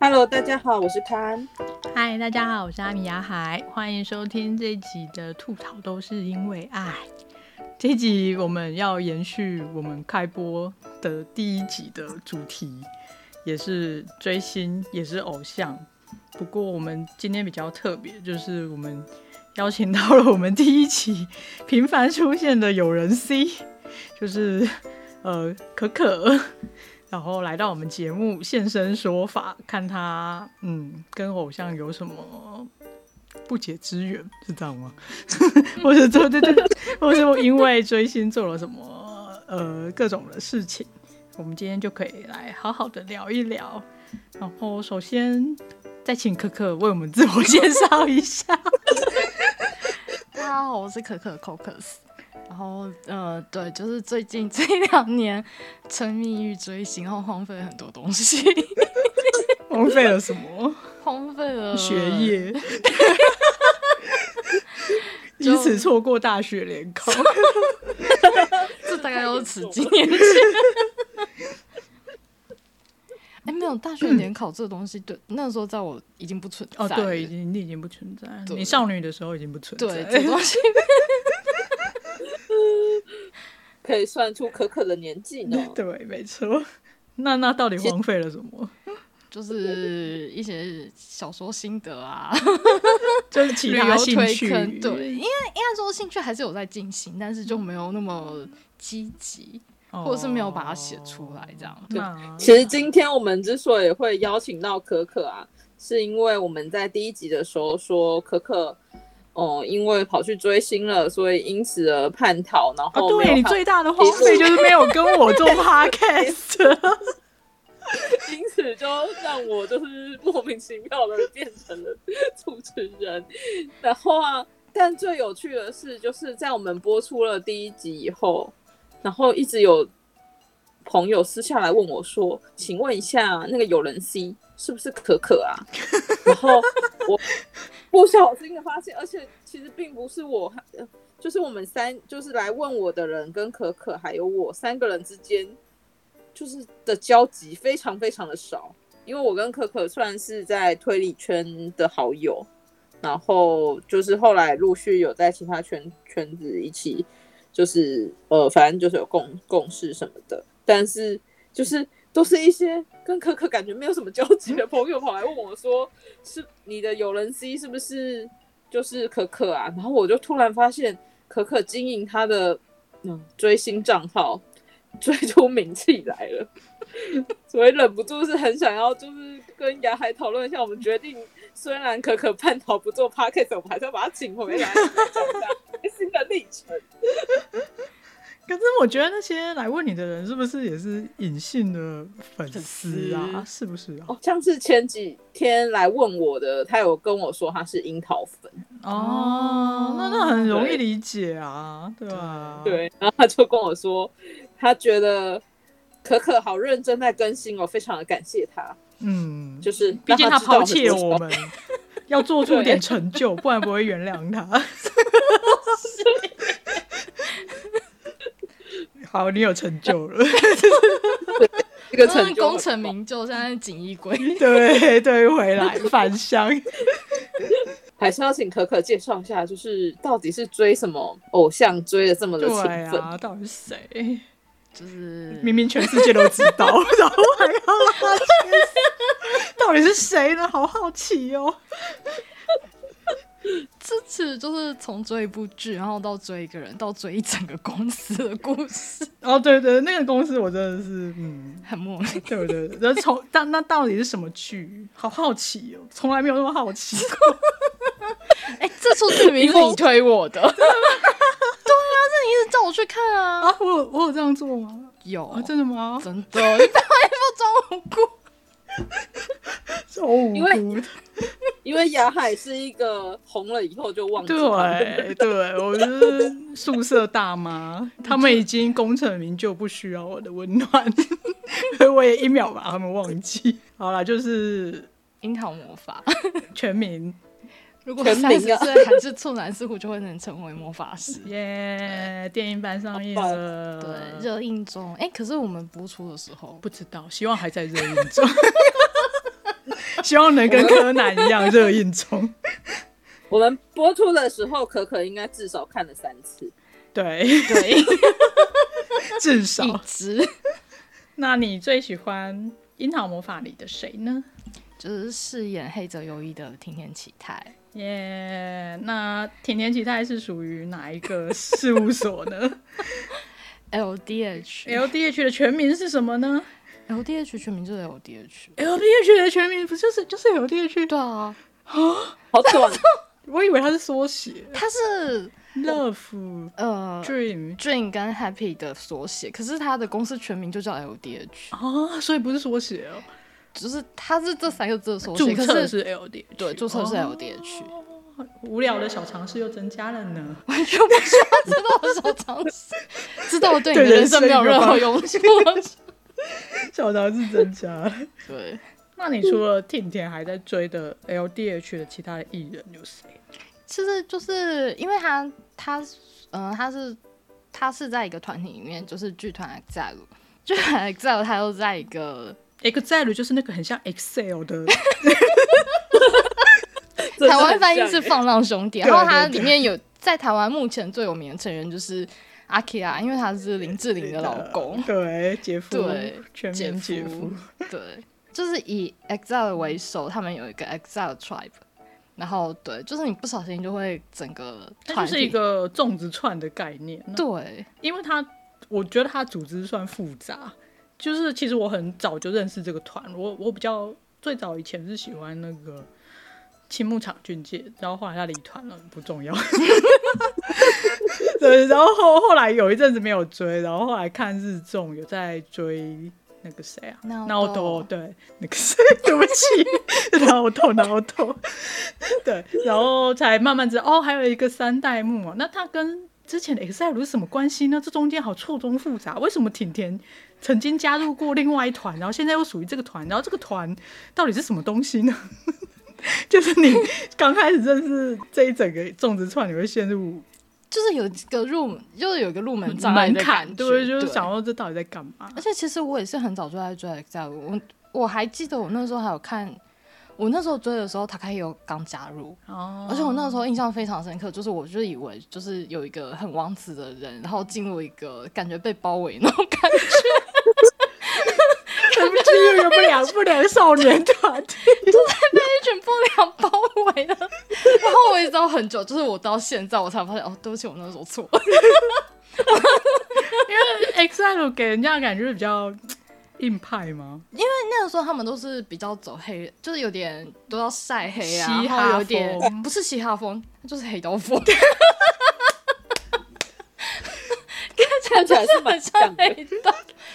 Hello，大家好，我是潘。嗨，大家好，我是阿米雅海，欢迎收听这一集的吐槽都是因为爱。这一集我们要延续我们开播的第一集的主题，也是追星，也是偶像。不过我们今天比较特别，就是我们邀请到了我们第一期频繁出现的友人 C，就是呃可可。然后来到我们节目现身说法，看他嗯跟偶像有什么不解之缘，是这样吗？或者对对对，或者因为追星做了什么呃各种的事情，我们今天就可以来好好的聊一聊。然后首先再请可可为我们自我介绍一下。 大家啊好，我是可可 Cocos。然后呃，对，就是最近 这两年沉迷于追星，然后荒废了很多东西， 荒废了什么？荒废了 学，业，就因此错过大学联考。这大概都是几年前。 哎，没有大学联考这个东西，对，那时候在我已经不存在哦，了。对，已经你已经不存在了，对你少女的时候已经不存对，在。这东西可以算出可可的年纪呢。 对，没错。那那到底荒废了什么？ 就是一些小说心得啊，就是其旅他游兴推趣，坑，对，应该应该说兴趣还是有在进行，但是就没有那么积极，哦，或者是没有把它写出来这样。对，那其实今天我们之所以会邀请到可可啊，是因为我们在第一集的时候说可可，哦、因为跑去追星了，所以因此而叛逃，然啊，后没对有你好最大的荒废就是没有跟我 做 podcast。 因此就让我就是莫名其妙的变成了主持人。然后啊，但最有趣的是，就是在我们播出了第一集以后，然后一直有朋友私下来问我说：“请问一下，那个有人 C 是不是可可啊？” 然后我不小心的发现，而且其实并不是我。呃就是我们三，就是来问我的人跟可可还有我三个人之间，就是的交集非常非常的少，因为我跟可可算是在推理圈的好友，然后就是后来陆续有在其他圈圈子一起，就是呃，反正就是有共共事什么的，但是就是都是一些跟可可感觉没有什么交集的朋友跑来问我说，是你的友人 C 是不是就是可可啊？然后我就突然发现可可经营他的嗯追星账号。 追出名气来了，所以忍不住是很想要，就是跟雅海讨论一下。我们决定，虽然可可叛逃不做 p o d c a s t 我们还是要把他请回 来，讲一下新的历程。可是我觉得那些来问你的人，是不是也是隐性的粉丝啊？粉是不是啊？哦，像是前几天来问我的，他有跟我说他是樱桃粉，哦，那那很容易理解啊，对吧？，对，然后他就跟我说，他觉得可可好认真在更新哦，非常的感谢他，嗯，就是毕竟让他他知道抛弃了很多我们，要做出点对成就，不然不会原谅他。好，你有成就了，这个真成就很是嗯功成名就，现在锦衣归。 对对，回来返乡。还是要请可可介绍一下，就是到底是追什么偶像追的这么的勤对奋。啊，到底是谁？就是嗯明明全世界都知道，然后还要拉去死，到底是谁呢？好好奇哦。这次就是从追一部剧，然后到追一个人，到追一整个公司的故事，哦，对对，那个公司我真的是，嗯，很莫名。对不对？那从但那到底是什么剧？好好奇哦，从来没有那么好奇过。 哎，这出剧名是你推我的，对啊，这你一直叫我去看啊，啊，我有我有这样做吗？有啊，真的吗？哦真的，你不要一副装无辜。周五因为因为雅海是一个红了以后就忘记了，对啊对，我是宿舍大妈，他们已经功成名就，不需要我的温暖，所以我也一秒把他们忘记。好啦，就是樱桃魔法，全民如果全三十民啊岁还是处男，似乎就会能成为魔法师。耶电影版上映了，对，热映中，哎、可是我们播出的时候，不知道，希望还在热映中。 希望能跟柯南一样热映中。我们播出的时候，可可应该至少看了三次。对，对， 至一少。直那你最喜欢《樱桃魔法》里的谁呢？就是饰演黑泽优一的听天启太。耶、那甜甜期待是属于哪一个事务所 呢 LDH ？LDH 的全名是什么呢 LDH 全名就是 LDH， ？LDH 的全名不就是就是 LDH？对啊，好短， 我以为它是缩写它是，Love 呃 Dream Dream 跟 Happy 的缩写，可是它的公司全名就叫 LDH，啊，所以不是缩写哦，就是它是这三个字的缩注写，册可是 LDH，对注册是哦 LDH，、无聊的小常识又增加了呢。完全不需要知道我小常识，知道我对你的对人生没有任何用处。 小常识增加了。对， 那你除了甜甜还在追的 LDH 的其他的艺人有谁？其实就是因为他他嗯、呃、他是他是在一个团体里面，就是剧团 EXILE，剧团 EXILE 他又在一个 Excel 就是那个很像 Excel 的，真的台湾很翻译像欸是耶放浪兄弟，欸对然后它对对里面有在台湾目前最有名的成员就是阿 K 啊，因为他是林志玲的老公，对，姐夫，对， 全民姐夫，对，就是以 EXILE 为首，他们有一个 EXILE tribe，然后对，就是你不小心就会整个它团就是一体个粽子串的概念。那对，因为它，我觉得它组织算复杂。就是其实我很早就认识这个团，我我比较最早以前是喜欢那个青木场俊介，然后后来他离团了，不重要。 对，然后后后来有一阵子没有追，然后后来看日综有在追那个谁啊， Naoto 闹头，对，那个谁， 对不起，闹头闹头， 对，然后才慢慢知道哦，还有一个三代目哦，那他跟之前的 Excel 是什么关系呢？这中间好错综复杂，为什么挺甜曾经加入过另外一团，然后现在又属于这个团，然后这个团到底是什么东西呢？ 就是你刚开始认识这一整个粽子串，你会陷入就是有这个入，就是有一个入门障碍门的槛感，觉，对，就是想说这到底在干嘛？而且其实我也是很早就在追 EXILE，我我还记得我那时候还有看，我那时候追的时候，他开有刚加入，哦而且我那时候印象非常深刻，就是我就以为就是有一个很王子的人，然后进入一个感觉被包围那种感觉， 对不起， 又有个不良不良少年团体，被一群不良包围了。然后我也知道很久，就是我到现在我才发现，哦，对不起，我那时候错了。因为 EXILE 给人家的感觉比较硬派吗？那个时候他们都是比较走黑，就是有点都要晒黑啊，嘻哈然后有点嗯风不是嘻哈风，就是黑刀风，看起来是蛮很像 像的黑。道，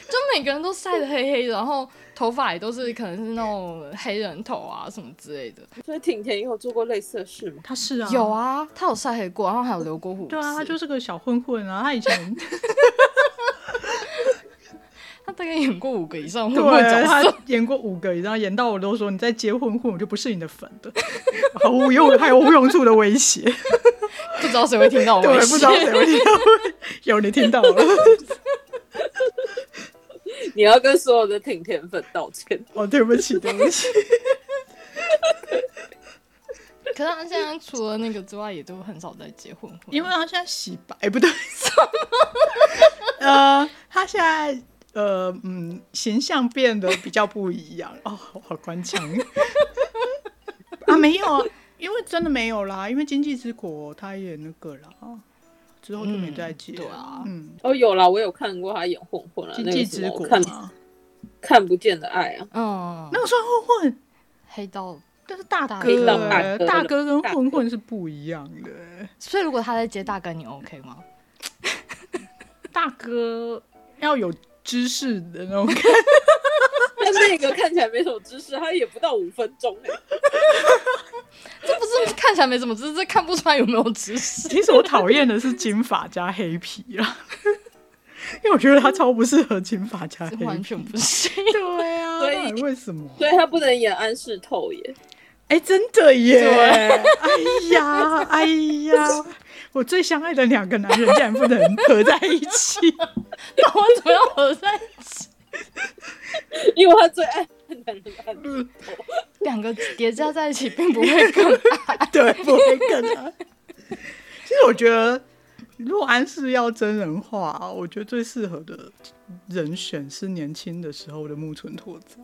就每个人都晒得黑黑的，然后头发也都是可能是那种黑人头啊什么之类的。所以挺甜也有做过类似的事吗？他是啊，有。啊，他有晒黑过，然后还有留过胡子。对啊，他就是个小混混啊！他以前他大概演过五个 以上混混对啊角他色，演过五个以上，演到我都说你在接混混，我就不是你的粉的，毫无用，还有无用处的威胁。不知道谁会听到我对，们不知道谁会听到， 有你听到了。你要跟所有的挺甜粉道歉。哦，对不起，对不起。 可是他现在除了那个之外，也都很少在结婚。 因为他现在洗白，哎，不对， 呃，他现在呃，嗯，形象变得比较不一样哦，好好官腔 啊，没有，因为真的没有啦，因为经济之国他也那个啦，之后就没再接、嗯对啊嗯，哦，有啦，我有看过他演混混了，经啊那济个什之么国看嘛，看不见的爱啊，嗯，那个算混混，黑道。但是大哥黑道大欸哥大哥跟混混是不一样的 欸，所以如果他在接大哥，你 OK 吗？大哥要有知识的那种 但那个看起来没什么知识，他也不到五分钟哎、这不是看起来没什么知识，这看不出来有没有知识。其实我讨厌的是金发加黑皮啦，因为我觉得他超不适合金发加黑 完皮。全不行。对啊，所以到底为什么？所以他不能演安室透耶。哎、真的耶！ 对哎呀，哎呀，我最相爱的两个男人竟然不能合在一起，。那我怎么样合在一起？因为他最爱的男人安室透，两个叠加在一起并不会更 爱 对，不会更爱。 其实我觉得，如果安室要真人化，我觉得最适合的人选是年轻的时候的木村拓哉。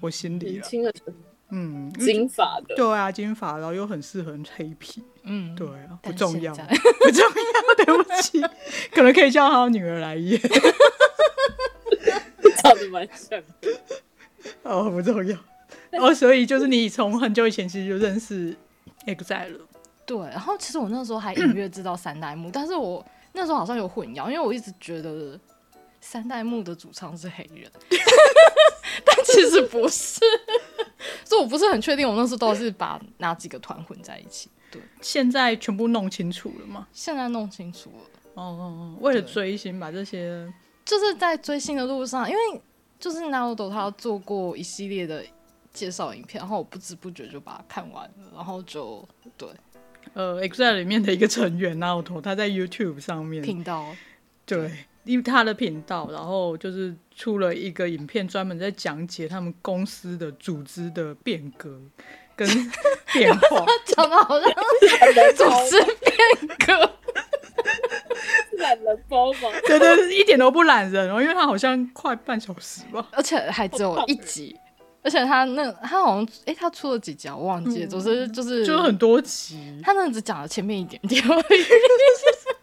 我心里年啊，轻的时候嗯，因为金发的，对啊，金发，然后又很适合黑皮，嗯，对啊，不但重现要， 在不重要，对不起，可能可以叫他女儿来演， 长得蛮像的。哦，不重要。哦，所以就是你从很久以前其实就认识 EXILE 了，对，然后其实我那时候还隐约知道三代目，但是我那时候好像有混淆，因为我一直觉得三代目的主唱是黑人， 但其实不是，所以我不是很确定我那时候到底是把哪几个团混在一起。对，现在全部弄清楚了吗？现在弄清楚了，哦哦哦，为了对追星把这些就是在追星的路上，因为就是 Naruto 他做过一系列的介绍影片，然后我不知不觉就把它看完了，然后就对呃 EXILE 里面的一个成员然后他在 YouTube 上面听到对，因为他的频道，然后就是出了一个影片，专门在讲解他们公司的组织的变革 跟变化。 讲的好像 总总是变革。懒人包吗？对对对，一点都不懒人哦，因为他好像快半小时吧。而且还只有一集，而且他那他好像诶，他出了几集啊我忘记了，总之就是就很多集，他那只讲了前面一点点而已。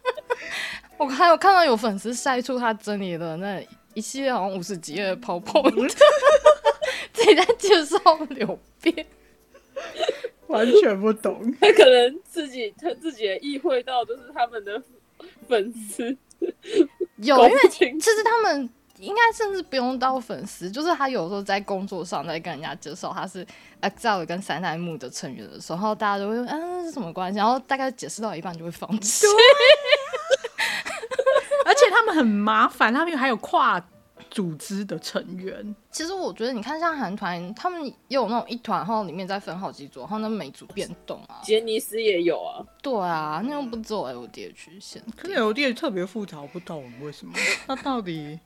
我还有看到有粉丝晒出他整理的那一系列好像五十几页的 PowerPoint，自己在介绍流变。完全不懂。他可能自己他自己也意会到，就是他们的粉丝有，搞因为不清其实他们应该甚至不用到粉丝，就是他有时候在工作上在跟人家介绍他是 EXILE 跟三代目的成员的时候，然后大家就会说嗯、是什么关系，然后大概解释到一半就会放弃。 而且他们很麻烦，他们还有跨组织的成员， 其实我觉得你看像韩团，他们也有那种一团，然后里面再分好几组，然后那每组变动啊。杰尼斯也有啊，对啊，那又不只有 L D 曲线，可是有点特别复杂，我不懂为什么。那到底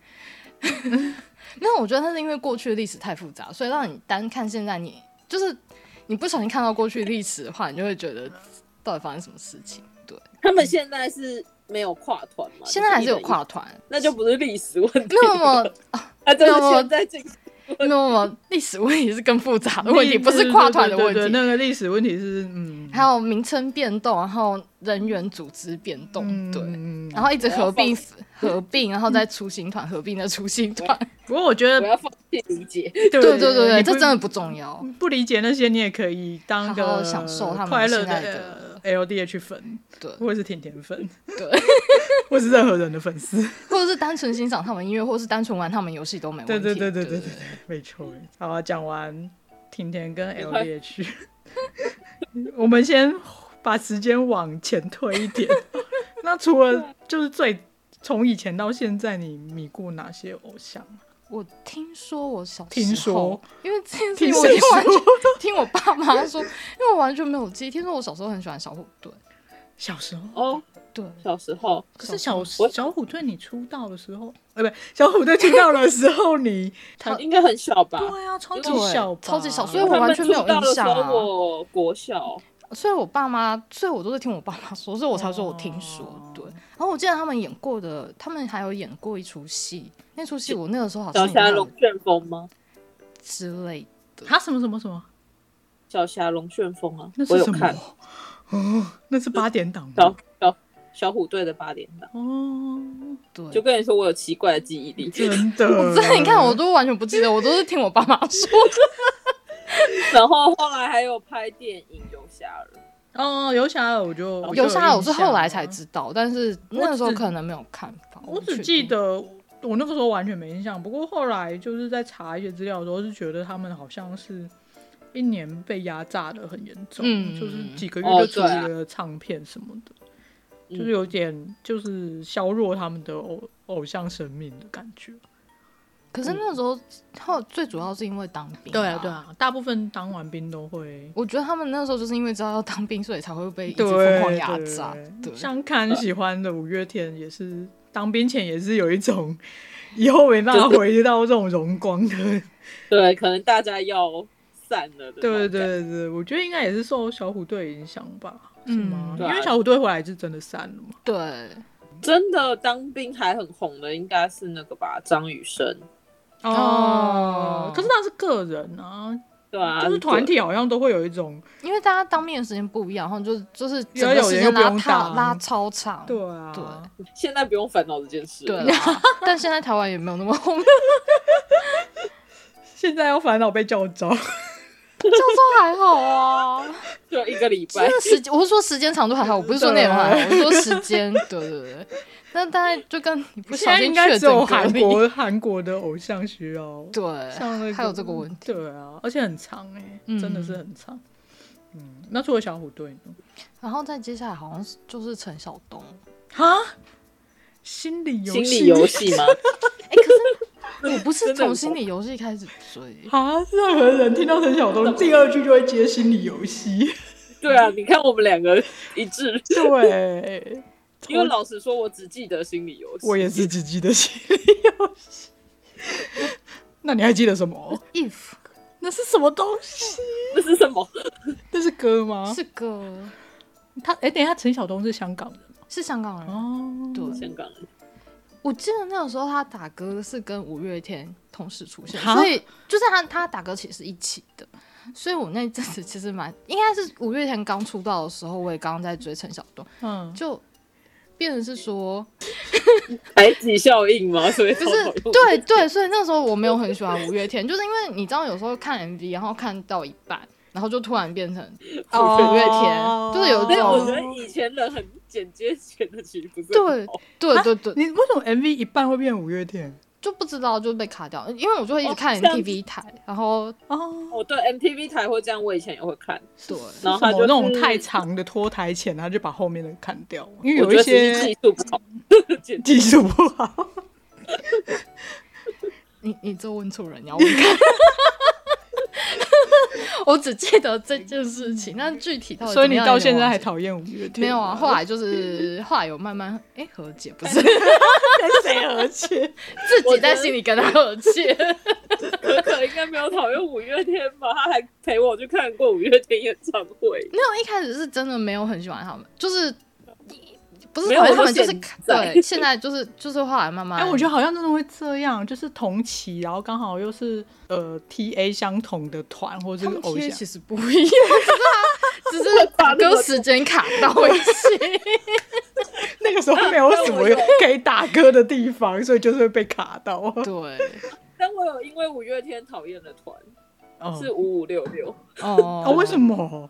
那我觉得那是因为过去的历史太复杂，所以让你单看现在你就是你不小心看到过去历史的话，你就会觉得到底发生什么事情。对，他们现在是没有跨团嘛？现在还是有团，跨团，那就不是历史问题，那 么啊，这是那么现在进行那么历史问题是更复杂的问题，不是跨团的问对对对对题。那个历史问题是嗯，还有名称变动，然后人员组织变动，嗯对，嗯然后一直合并合并，然后再出新团，合并再出新团。不过我觉我得，要放弃理解，对对对对对你对，不这真的不重要。不理解那些，你也可以当个好好享受他们快乐现在的的 LDH 粉，对或者是甜甜粉，对， 或是任何人的粉丝。或者是单纯欣赏他们音乐，或是单纯玩他们游戏都没问对题。对对对对对对，没错。好啊，讲完甜甜跟 LDH，我们先把时间往前推一点。 那除了就是最从以前到现在，你迷过哪些偶像？我听说我小时候，听说因为这件事听情我谁听完全说？听我爸妈说，因为我完全没有记忆。听说我小时候很喜欢小虎队，小时候。哦，对，小时候可是小我小虎队你出道的时候，呃，不，小虎队出道的时候你，他应该很小吧？对啊，超级对小吧，超级小因所以为我他完们全出没有道的印时象啊候，我国小，所以我爸妈，所以我都是听我爸妈说，所以我才说我听说。哦对，然后我记得他们演过的，他们还有演过一出戏，那出戏我那个时候好像小也没霞有龙旋风吗？之类他什么什么什么，小霞龙旋风啊那，是我有什么看哦，那是八点档小吗小小虎队的八点档，哦，对，就跟你说我有奇怪的记忆力，真的，我真的，你看我都完全不记得，我都是听我爸妈说的。 然后后来还有拍电影《游侠儿》，哦，游侠我就 我就游侠有我是印象后来啊才知道，但是那个时候可能没有看吧。我不确只定记得我那个时候完全没印象，不过后来就是在查一些资料的时候，是觉得他们好像是一年被压榨的很严重，嗯就是几个月哦就出对啊一个唱片什么的，嗯就是有点就是削弱他们的偶偶像生命的感觉。可是那时候后最主要是因为当兵、啊。啊，大部分当完兵都会。我觉得他们那时候就是因为知道要当兵，所以才会被一直对，疯狂压榨。对对，像看喜欢的五月天也是，当兵前也是有一种以后没办法回到这种荣光的 对，可能大家要散了的那种感觉。对对对对对，我觉得应该也是受小虎队影响吧，是吗？嗯因对啊为小虎队回来是真的散了嘛。对，真的当兵还很红的，应该是那个吧，张雨生。哦可是那是个人啊，对啊，就是团体好像都会有一种，因为大家当面的时间不一样，然后就是就是整有个有时人间又不拉用大当拉超长，对啊，对对。现在不用烦恼这件事。对啦，但现在台湾也没有那么红，教现在要烦恼被叫招，授还好啊，就一个礼其拜。实时间我是说时间长度还好，我不是说内容还好，我是说时间，对对对。那大概就跟你不现小在应心该确只有诊隔韩离，国韩国的偶像需要，对，像那个还有这个问题。对啊，而且很长哎、嗯真的是很长。嗯，那除了小虎队呢？然后再接下来好像是就是陈晓东，哈，心理游心戏，理游戏吗？我不是真的从很心理游戏开始追，啊，任何人听到陈晓东第二句就会接心理游戏， 对啊，你看我们两个一致，对，因为老实说，我只记得心理游戏。我也是只记得心理游戏。那你还记得什么？ if 那是什么东西？这是什么？ 那是歌吗？是个他哎、等一下，陈晓东是香港人是香港人，哦。对，香港人我记得那个时候他打歌是跟五月天同时出现，哈所以就是他他打歌其实是一起的，所以我那一阵子其实蛮应该是五月天刚出道的时候，我也刚刚在追陈小东，嗯，就变成是说，排挤效应吗？所以就就是对对，所以那时候我没有很喜欢五月天，就是因为你知道有时候看 MV，然后看到一半，然后就突然 变成哦五月天，就是有所这以我觉种得以前人很简洁，剪的其实不是对很好对对对，你为什么 MV 一半会变五月天？就不知道就被卡掉，因为我就会一直哦看这样子 MTV 台，然后哦，哦，对 MTV 台会这样，我以前也会看。对。然后什他么就是那种太长的拖台前，他就把后面的砍掉，因为我有觉一得只是些技术不好，剪技术不好。你你这问错人，你要问 看。我只记得这件事情，但具体到 底所以哦你怎么样到现在还有点忘讨厌五月记天？没有 啊？后来就是后来有慢慢哎、和解，不是跟谁和解？ 自己在心里跟他和解。可可应该没有讨厌五月天吧？他还陪我去看过五月天演唱会。没有，一开始是真的没有很喜欢他们，就是不是没有讨厌他我们，说就是现看在对，现在就是就是后来慢慢哎、我觉得好像真的会这样，就是同期，然后刚好又是呃 T A 相同的团或者他是们偶 T A 像，其实不一 样，啊只是他只是歌时间卡到一起。 那个时候没有什么但我有可以打歌的地 方，所以就是会被卡到。对， 但我有因为五月天讨厌的团哦是五五六六，哦哦，为什？么？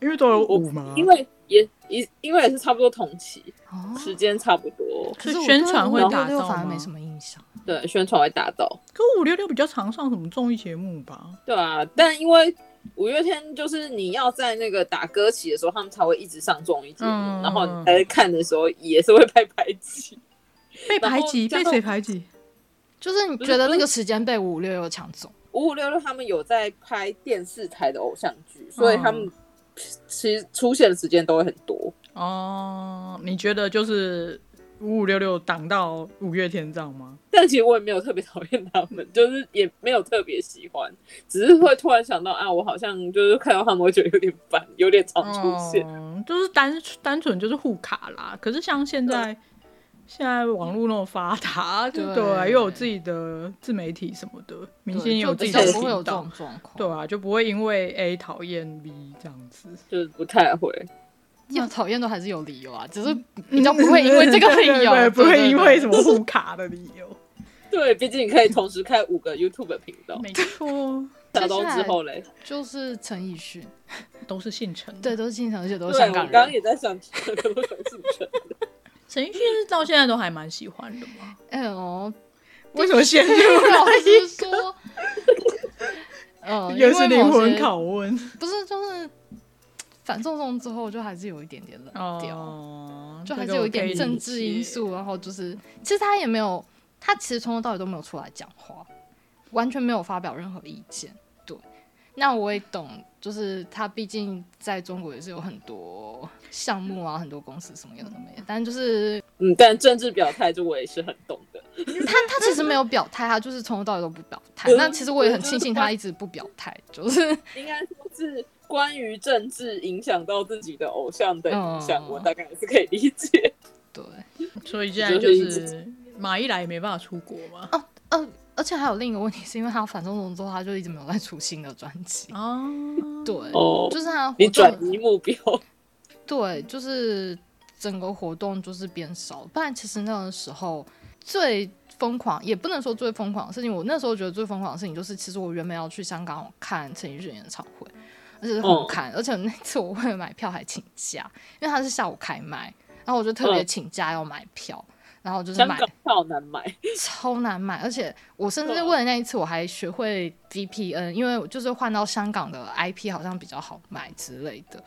因为都有我舞吗？因为也也因为也是差不多同期，哦时间差不多，可是我是宣对传会566打造反而没吗什么印象。对，宣传会达到。可五六六比较常上什么综艺节目吧？对啊，但因为五月天就是你要在那个打歌期的时候，他们才会一直上综艺节目，嗯然后你在看的时候也是会拍排挤。被然排后挤，加被上谁排挤？就是你不觉是得不那是个时间被五五六六抢走，五五六六他们有在拍电视台的偶像剧，所以他嗯们其实出现的时间都会很多。哦，你觉得就是五五六六挡到五月天这样吗？但其实我也没有特别讨厌他们， 就是也没有特别喜欢，只是会突然想到啊，我好像就是看到他们会觉得有点烦，有点常出现。哦、就是单单纯就是互卡啦。可是像现在现在网络那么发达，就对对啊，又有自己的自媒体什么的，明星对，也有自就己比的较的不会有频这道种，状况。对，啊，就不会因为 A 讨厌 B 这样子。就是不太会，要讨厌都还是有理由啊，只是比较不会因为这个嗯对理对由对，不对会对因对为什么互卡的理 由。对，毕竟你可以同时开五个 YouTube 频道。没错，下周之后嘞，就是陈奕迅，都是姓陈的。对，都是经常而且都对，是香我港刚刚人。也在想， 可能会进城。陈奕迅是到现在都还蛮喜欢的嘛？哎呦，为什么陷入老实说，呃，又因是为灵某魂些拷问？不是就是反送中之后，就还是有一点点冷掉。哦，哦就还这是个有我一可以点政理治因解素，然后就是，其实他也没有，他其实从头到尾都没有出来讲话，完全没有发表任何意见，对。那我也懂，就是他毕竟在中国也是有很多项目啊，很多公司什么有的没的，但就是嗯，但政治表态就我也是很懂的。他他其实没有表态，他就是从头到尾都不表态。嗯那其实我也很庆幸他一直不表态，就是应该说是关于政治影响到自己的偶像的影响，嗯我大概也是可以理 解。对，所以现在就是马一来也没办法出国嘛。呃，而且还有另一个问题是因为他反送中之后，他就一直没有再出新的专辑，哦，对，哦就是他活你动转移目标，对，就是整个活动就是变少。不然其实那个时候最疯狂，也不能说最疯狂的事情。我那时候觉得最疯狂的事情就是，其实我原本要去香港看陈奕迅演唱会，而且是很嗯看，而且那次我为了买票还请假，因为他是下午开卖，然后我就特别嗯请假要买票。然后 就是香买港票难买，超难买，而且我甚至对啊为了那一次我还学会 VPN，因为我就是换到香港的 IP 好像比较好买之类的。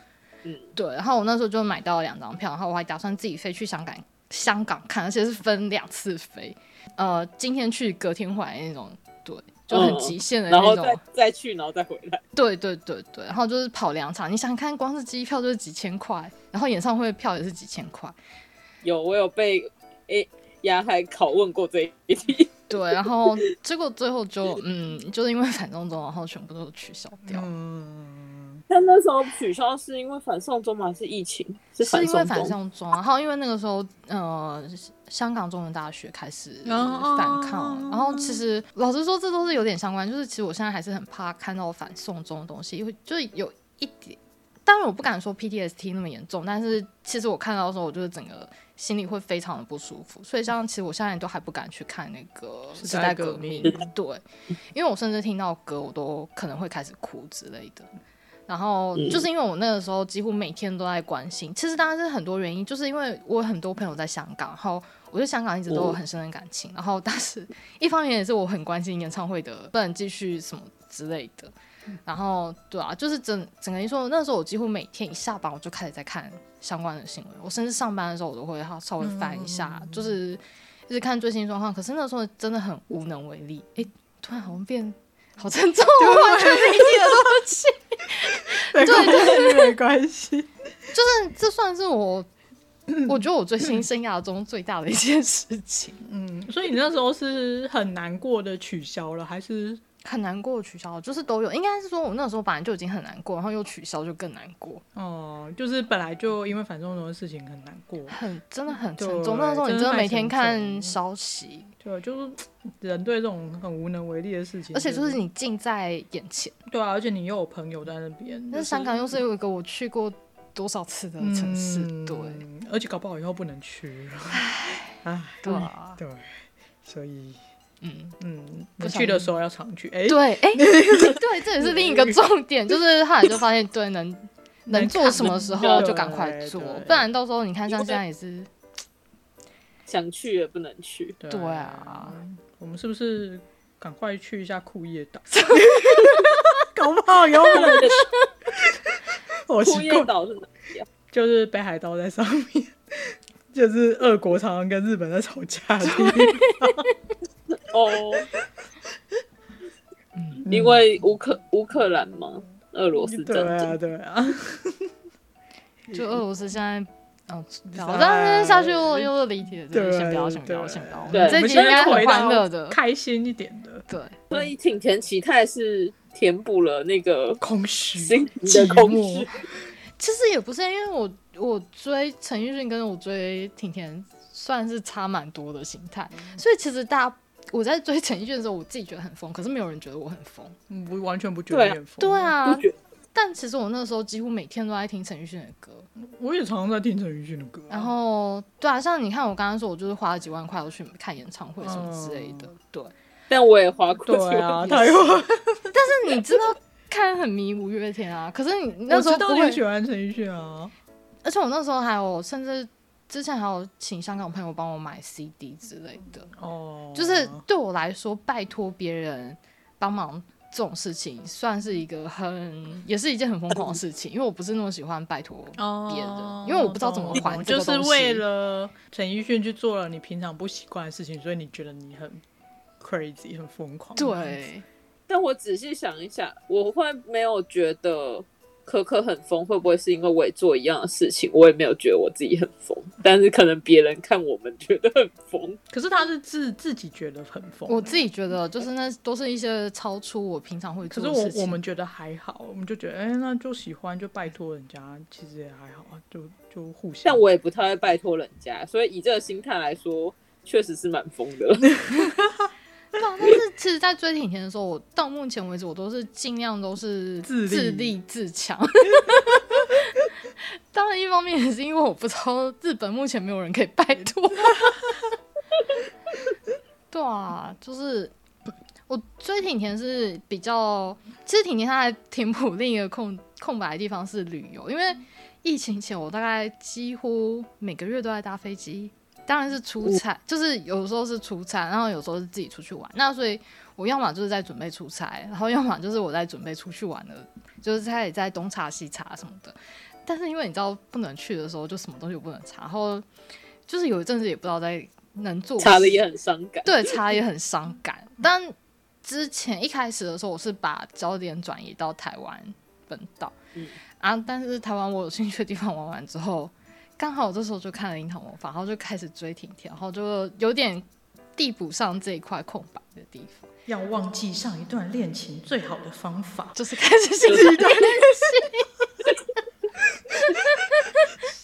嗯，对，然后我那时候就买到了两张票，然后我还打算自己飞去香港，香港看，而且是分两次飞，呃，今天去，隔天回来那种，对，就很嗯极限的然后那种，再再去，然后再回来。对对对对，然后就是跑两场，你想想看，光是机票就是几千块，然后演唱会票也是几千块，有我有被诶牙还拷问过这一题，对，然后结果最后就嗯，就是因为反送中，然后全部都取消掉，嗯，但那时候取消是因为反送中吗？还是疫情？是是反因为送反中？送中，然后因为那个时候呃，香港中文大学开始哦反抗，然后其实老实说，这都是有点相关，就是其实我现在还是很怕看到反送中的东西，因为就是有一点。当然，我不敢说 PTSD 那么严重，但是其实我看到的时候，我就是整个心里会非常的不舒服。所以，像其实我现在都还不敢去看那个嗯时时代代革革命命，对，因为我甚至听到歌，我都可能会开始哭之类的。然后嗯就是因为我那个时候几乎每天都在关心，其实当然是很多原因，就是因为我有很多朋友在香港，然后我对香港一直都有很深的感情，然后但是一方面也是我很关心演唱会的不能继续什么之类的，然后对啊，就是整整个一说，那时候我几乎每天一下班我就开始在看相关的新闻，我甚至上班的时候我都会稍微翻一下，就是一直看最新状况，可是那时候真的很无能为力，诶，突然好像变好沉重哦，完全理解的东西。 没关系，没关系。这算是我，我觉得我最新生涯中最大的一件事情，嗯，所以你那时候是很难过的取消了，还是很难过取消，就是都有，应该是说我那时候本来就已经很难过，然后又取消就更难过，哦、就是本来就因为反送中的事情很难过，很真的很沉对重。那时候你真的真的太每天沉看重消息，对，就是人对这种很无能为力的事情，而且就是你近在眼前。对啊，而且你又有朋友在那边，那就是香港又是有一个我去过多少次的城市，嗯对而且搞不好以后不能去了，唉，对啊，对，所以嗯，嗯，不你想去的时候要常去，哎、对，哎、对，这也是另一个重点，就是后来就发现，对，能能做什么时候就赶快对做，对不然到时候你看像因为现在也是。想去也不能去，对对啊，我们是不是赶快去一下库页 岛？搞不好以后不能去， 我库习页惯岛是哪里啊？就是北海道在上面，就是俄国常常跟日本在吵架的地方，哦，因为乌克乌克兰吗？俄罗斯对战啊争，对啊， 就俄罗斯现在，嗯，不要，哎但是下去又又是离题了，真的对嗯先不要，先不要，对先不要，我对们这我们集应该现在很回到欢乐的，开心一点的对，所以挺田启泰是填补了那个空虚、心寂里的空虚寞，其实也不是，因为我我追陈奕迅跟我追挺田算是差蛮多的心态，所以其实大家我在追陈奕迅的时候，我自己觉得很疯，可是没有人觉得我很疯，嗯我完全不觉得对啊厌烦。对，啊不，觉但其实我那时候几乎每天都在听陈奕迅的歌，我也常常在听陈奕迅的歌啊。然后对啊，像你看我刚刚说，我就是花了几万块要去看演唱会什么之类的，对。但我也划过去对啊， 我他又你知道看很迷五月天啊， 可是你那时候我知不道你会很，喜欢陈奕迅啊。而且我那时候还有甚至之前还有请香港朋友帮我买 CD 之类的，哦，就是对我来说，拜托别人帮忙这种事情，算是一个很也是一件很疯狂的 事情，因为我不是那么喜欢拜托。哦别人因为我不知道怎么还懂这就个是东西为了陈奕迅去做了你平常不习惯的事情，所以你觉得你很 crazy，很疯狂。对， 但我仔细想一下，我会没有觉得可可很疯，会不会是因为我也做一样的事情？我也没有觉得我自己很疯，但是可能别人看我们觉得很疯。可是他是自自己觉得很疯，我自己觉得就是那都是一些超出我平常会可做是的事情。我我们觉得还好，我们就觉得哎、那就喜欢就拜托人家，其实也还好啊，就就互相。但我也不太会拜托人家，所以以这个心态来说，确实是蛮疯的。对啊，但是其实，在追婷婷的时候，我到目前为止，我都是尽量都是自立自立自强。当然，一方面也是因为我不知道日本目前没有人可以拜托。对啊，就是我追婷婷是比较，其实婷婷她还填补另一个空空白的地方是旅游，因为疫情前我大概几乎每个月都在搭飞机，当然是出差，就是有时候是出差，然后有时候是自己出去玩。那所以我要么就是在准备出差，然后要么就是我在准备出去玩了，就是在在东查西查什么的。但是因为你知道不能去的时候，就什么东西都不能查，然后就是有一阵子也不知道在能做 查的什么也很伤感。 对，查也很伤感。但之前一开始的时候，我是把焦点转移到台湾本岛，嗯啊，但是台湾我有兴趣的地方玩完之后，刚好我这时候就看了《樱桃魔法》，然后就开始追婷婷，然后就有点递补上这一块空白的地方，要忘记上一段恋情最好的方法，就是开始欣赏东西。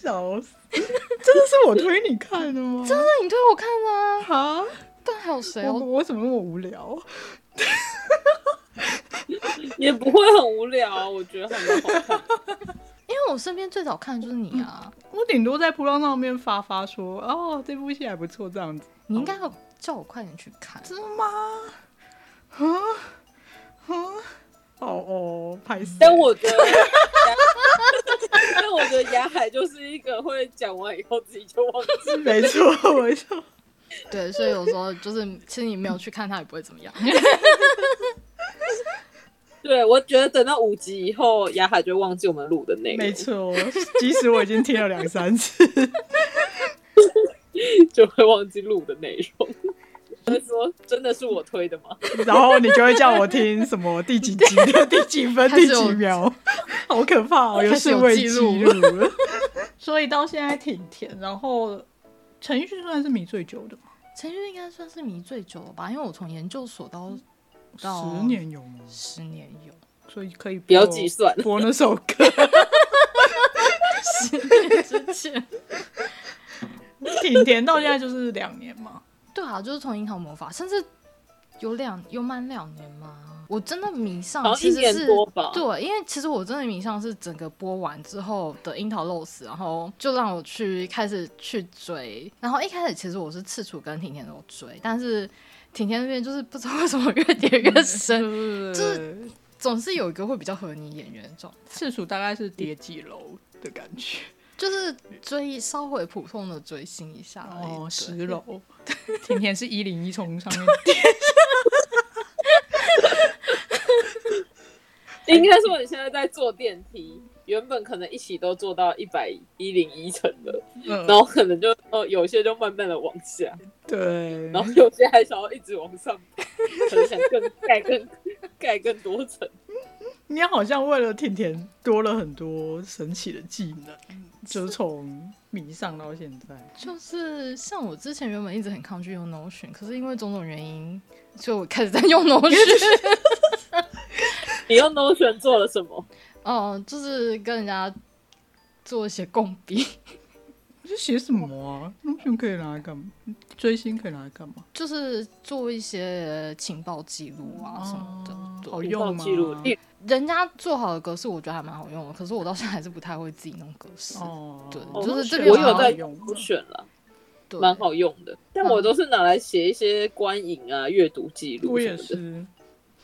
笑死！真的是我推你看的吗？真的哎那你推我看啊？啊！但还有谁我哦？我怎么那么无聊？也不会很无聊啊，我觉得还蛮好看。因为我身边最早看的就是你啊，我顶多在扑浪上面发发说，哦，这部戏还不错，这样子。你应该要叫我快点去看。真的吗？啊啊！哦哦，拍死！但我觉得， 但我觉得雅海就是一个会讲完以后自己就忘记。没错 没错，对，所以有时候就是，其实你没有去看它也不会怎么样。对，我觉得等到五集以后，雅海就忘记我们录的内容。没，错。即使我已经听了两三次，就会忘记录的内容。他说：“真的是我推的吗？ 然后你就会叫我听什么第几集的第几分 它是第有几秒，好可怕哦！它是是有位记记录录，所以到现在挺甜。然后陈奕迅算是迷最久的吗？陈玉应该算是迷最久了吧，因为我从研究所到嗯到十年有吗？十年有， 所以可以不播哦要计算播那首歌，十年之 前。挺甜到现在就是两年 嘛。对啊，就是从《樱桃魔法》，甚至有两有满两年吗？我真的迷上好像哦其一实年是多吧对，因为其实我真的迷上是整个播完之后的《樱桃 Rose》，然后就让我去开始去追。然后一开始其实我是赤楚跟婷婷都有追，但是婷婷那边就是不知道为什么越跌嗯越深，嗯就是总是有一个会比较合你眼缘的状态。次数大概是叠几楼的感觉，就是追稍微普通的追星一下而已。哦，对十 楼。甜甜是一零一从上面 应该说你现在在坐电梯，原本可能一起都坐到一百一零一层了，叠，嗯然后可能就哦，有些就慢慢的往下，对，然后有些还想要一直往上，可能想更 盖更盖更多层。你好像为了甜甜多了很多神奇的技能，就是从迷上到现在。就是像我之前原本一直很抗拒用 Notion，可是因为种种原因，所以我开始在 用 Notion。你用 Notion 做了什么？哦，就是跟人家做一些共笔，这写什么啊？那就可以拿来干嘛？追星可以拿来干嘛？ 就是做一些情报记录啊什么的。哦对好用吗？记录，例人家做好的格式，我觉得还蛮好用的，可是我到现在还是不太会自己弄格式。哦，对哦就是这我有边蛮在好用 Notion 啦，对，蛮好用的，但我都是拿来写一些观影啊、阅读记录我什也么的。是，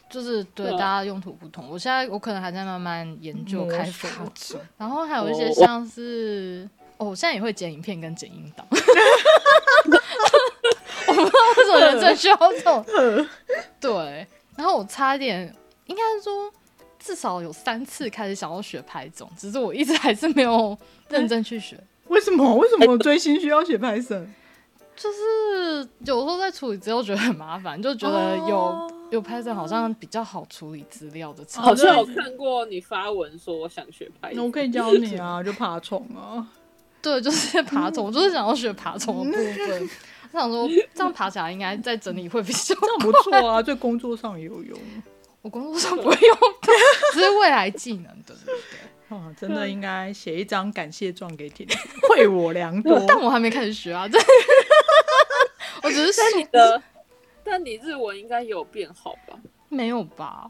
就是对对啊大家用途不同。我现在我可能还在慢慢研究摸开索发中，然后还有一些哦像是哦，我现在也会剪影片跟剪音档。 我不知道为什么人生需要这种对，然后我差一点，应该是说至少有三次开始想要学拍种，只是我一直还是没有认真去学。 为什么？为什么追星需要写 Python？就是有时候在处理之后觉得很麻烦，就觉得有、哦有有 Python 好像比较好处理资料的程好好序。像有看过你发文说我想学拍， 那我可以教你啊，就爬虫 啊。对，就是爬虫，我就是想要学爬虫的部分。我想说，这样爬起来应该在整理会比这较。样不错啊，对工作上也有用我工作上不会用 到，只是未来技能，对对对。 啊！真的应该写一张感谢状给婷 婷，惠我良多。但我还没开始学啊，对。 我只是说的。但你日文应该有变好吧？没有吧？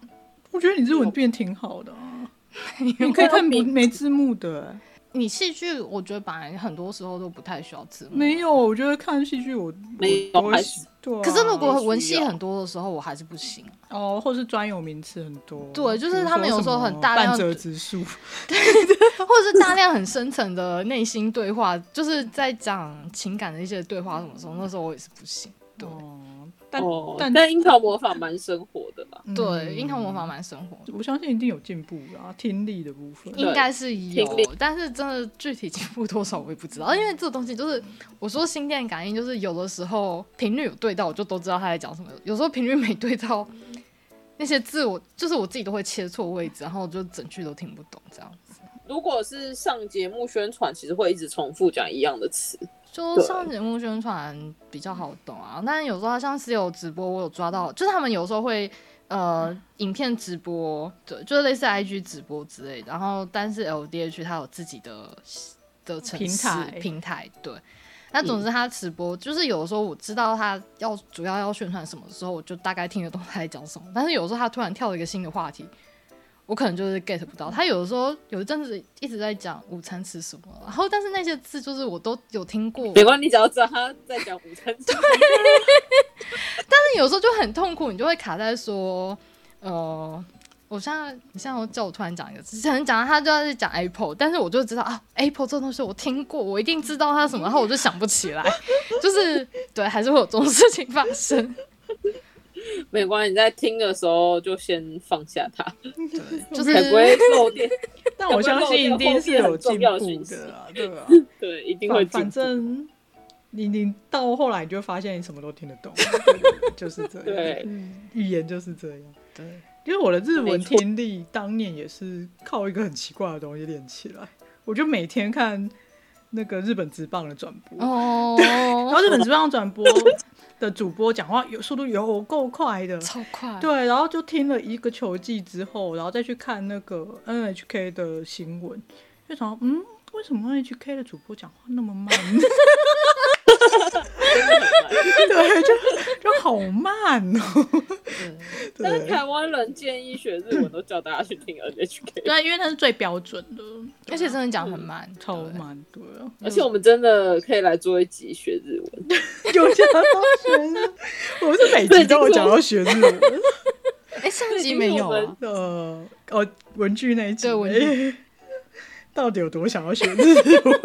我觉得你日文变挺好的 啊，你可以看没没字幕的、嗯欸你戏剧，我觉得本来很多时候都不太需要字幕。没有，我觉得看戏剧我没有我不会还喜对啊、可是如果文需戏要很多的时候，我还是不行。啊哦，或是专有名词很多，对就是比如他们有说时候什么很大量半折直树，啊或者是大量很深层的内心对话，就是在讲情感的一些对话什么时候，那时候我也是不行。对哦，但、哦，但但樱桃魔法蛮生活的啦，嗯对，樱桃魔法蛮生活的，我相信一定有进步啦，听力的部分。对应该是有听力，但是真的具体进步多少我也不知道，因为这个东西就是我说心电感应，就是有的时候频率有对到，我就都知道他在讲什么；有时候频率没对到，那些字我就是我自己都会切错位置，然后我就整句都听不懂，这样如果是上节目宣传，其实会一直重复讲一样的词。就对上节目宣传比较好懂啊，但有时候他像是有直播，我有抓到，就是他们有时候会嗯呃影片直播，对，就是类似 IG 直播之类的。然后，但是 LDH 它有自己的的城市平台嗯平台，对。那总之他直播，就是有时候我知道他要主要要宣传什么的时候，我就大概听得懂他在讲什么。但是有时候他突然跳了一个新的话题，我可能就是 get 不到。他有的时候有一阵子一直在讲午餐吃什么，然后但是那些字就是我都有听过，没关系，你只要知道他在讲午餐吃什么但有时候就很痛苦，你就会卡在说，呃，我现在你现在要叫我突然讲一个字，之前讲他就在讲 Apple，但是我就知道啊，Apple 这东西我听过，我一定知道它什么，然后我就想不起来， 就是对，还是会有这种事情发生，没关系，你在听的时候就先放下它， 就才不是会漏电。 但我相信一定是有进会不会漏掉后面很重要的讯步息的啦，对 吧、对，一定会反进步反正你你到后来你就会发现你什么都听得 懂，对就是这样。对嗯，语言就是这样。对，因为我的日文没错听力当年也是靠一个很奇怪的东西练起来，我就每天看那个日本职棒的转播，哦，然后日本职棒转播的主播讲话有速度有够快 的，超快，对，然后就听了一个球季之后，然后再去看那个 NHK 的新闻，就想说嗯，为什么 NHK 的主播讲话那么慢？ 对，就就好慢哦。对但是 对，台湾人建议学日文，都叫大家去听 NHK，对，因为它是最标准的，而且真的讲很慢，超对，慢，对啊。而且我们真的可以来做一集学日文。有讲到学日，我们是每集都有讲到学日文。哎，上集没有啊，呃，哦，文具那一集，对文具哎 到底有多想要学日文？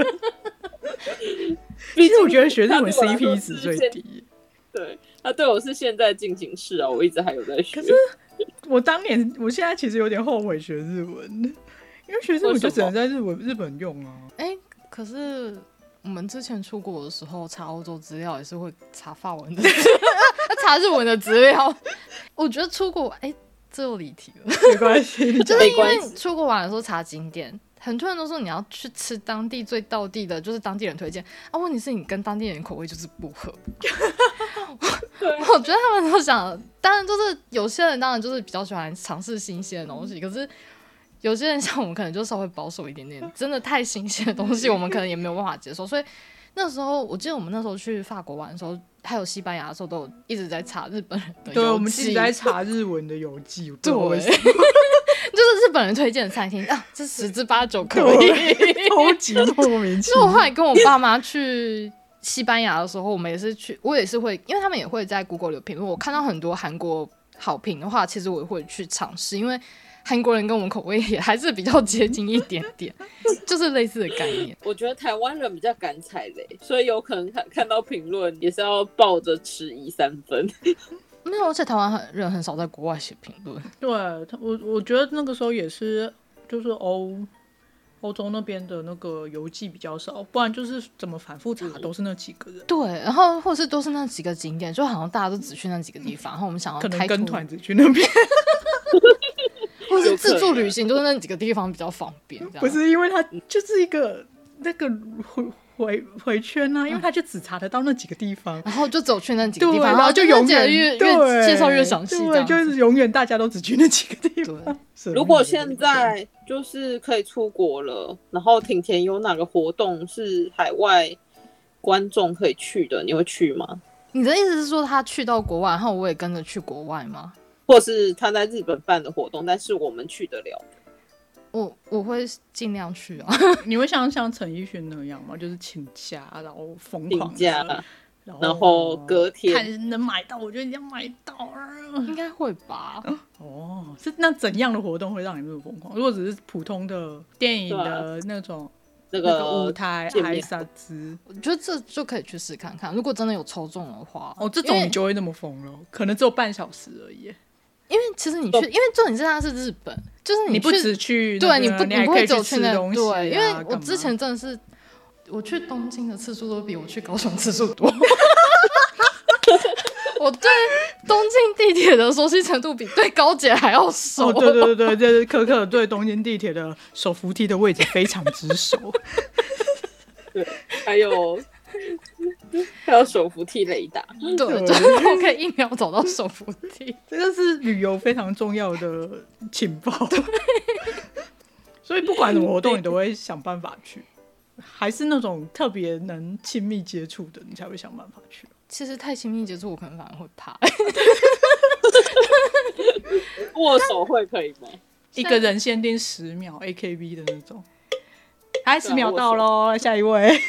毕竟 其实我觉得学日文它对我来说 CP 值最是现，低。对，他对我是现在进行式啊，我一直还有在学。可是我当年，我现在其实有点后悔学日文，因为学日文就只能在日文日本用啊。哎，可是。我们之前出国的时候查欧洲资料也是会查法文的， 查日文的资料。我觉得出国，哎、这又离题了。没关系， 你讲就是没因关为系出国玩的时候查景点，很多人都说你要去吃当地最道地的，就是当地人推荐啊。问题是你跟当地人口味就是不 合。对我觉得他们都想，当然就是有些人当然就是比较喜欢尝试新鲜的东西，可是。有些人像我们可能就稍微保守一点点，真的太新鲜的东西，我们可能也没有办法接受。所以那时候，我记得我们那时候去法国玩的时候，还有西班牙的时候，都有一直在查日本人的对，游我们自己记在查日文的游记，我不知对，道我为 也什是就是日本人推荐的餐厅啊，这十之八九可以。 么超级莫名其就是我 后妙。来跟我爸妈去西班牙的时候，我们也是去，我也是会，因为他们也会在 Google 留评论。我看到很多韩国好评的话，其实我也会去尝试，因为韩国人跟我们口味也还是比较接近一点 点，就是类似的概嗯念。我觉得台湾人比较敢踩雷，所以有可能看看到评论也是要抱着迟疑三分。没有，而且台湾很人很少在国外写评论，对，他我我觉得那个时候也是，就是欧欧洲那边的那个游记比较少，不然就是怎么反复查都是那几个人，对，然后或者是都是那几个景点，就好像大家都只去那几个地方，然后我们想要可能开跟拓团子去那边，或者是自有助可能旅行，都是那几个地方比较方便。这样不是因为他就是一个那个回回回圈啊，因为他就只查得到那几个地方。然后就走去那嗯几个对，地方，然后就就了永解得远越越对介绍越详细，这对，样就子是永远大家都只去那几个地方。对。神秘如果的现旅程在就是可以出国了，然后挺田有哪个活动是海外观众可以去的，你会去吗？你的意思是说他去到国外，然后我也跟着去国外吗？或是他在日本办的活动，但是我们去得了？我我会尽量去啊。 你会像像陈奕迅那样吗？就是请假，然后疯狂哦请地假，然后然后隔天看能买到，我就一定要买到啊。应该会吧。哦，是那怎样的活动会让你那么疯狂？如果只是普通的电影的那种、那那个舞啊个台见面挨啥子，我觉得这就可以去试看看，如果真的有抽中的话。哦，这因种为你就会那么疯了，可能只有半小时而已。因为其实你去，因为重点是它是日本，就是你去不只去那个、对，你不你你还不可以会去走吃那东西啊、对，因为我干嘛之前真的是我去东京的次数都比我去高雄次数多。 我对东京地铁的熟悉程度比对高铁还要熟。哦，对 对对对，这是可可对东京地铁的手扶梯的位置非常之 熟。还 有还有手扶梯雷达，对，就是 我可以一秒找到手扶梯。这个是旅游非常重要的情报。 所以不管什么活动，你都会想办法去，还是那种特别能亲密接触的，你才会想办法去。其实太亲密接触，我可能反而会怕。 握手会可以吗？一个人限定十秒 AKB 的那种，哎，对啊十秒到喽，下一位，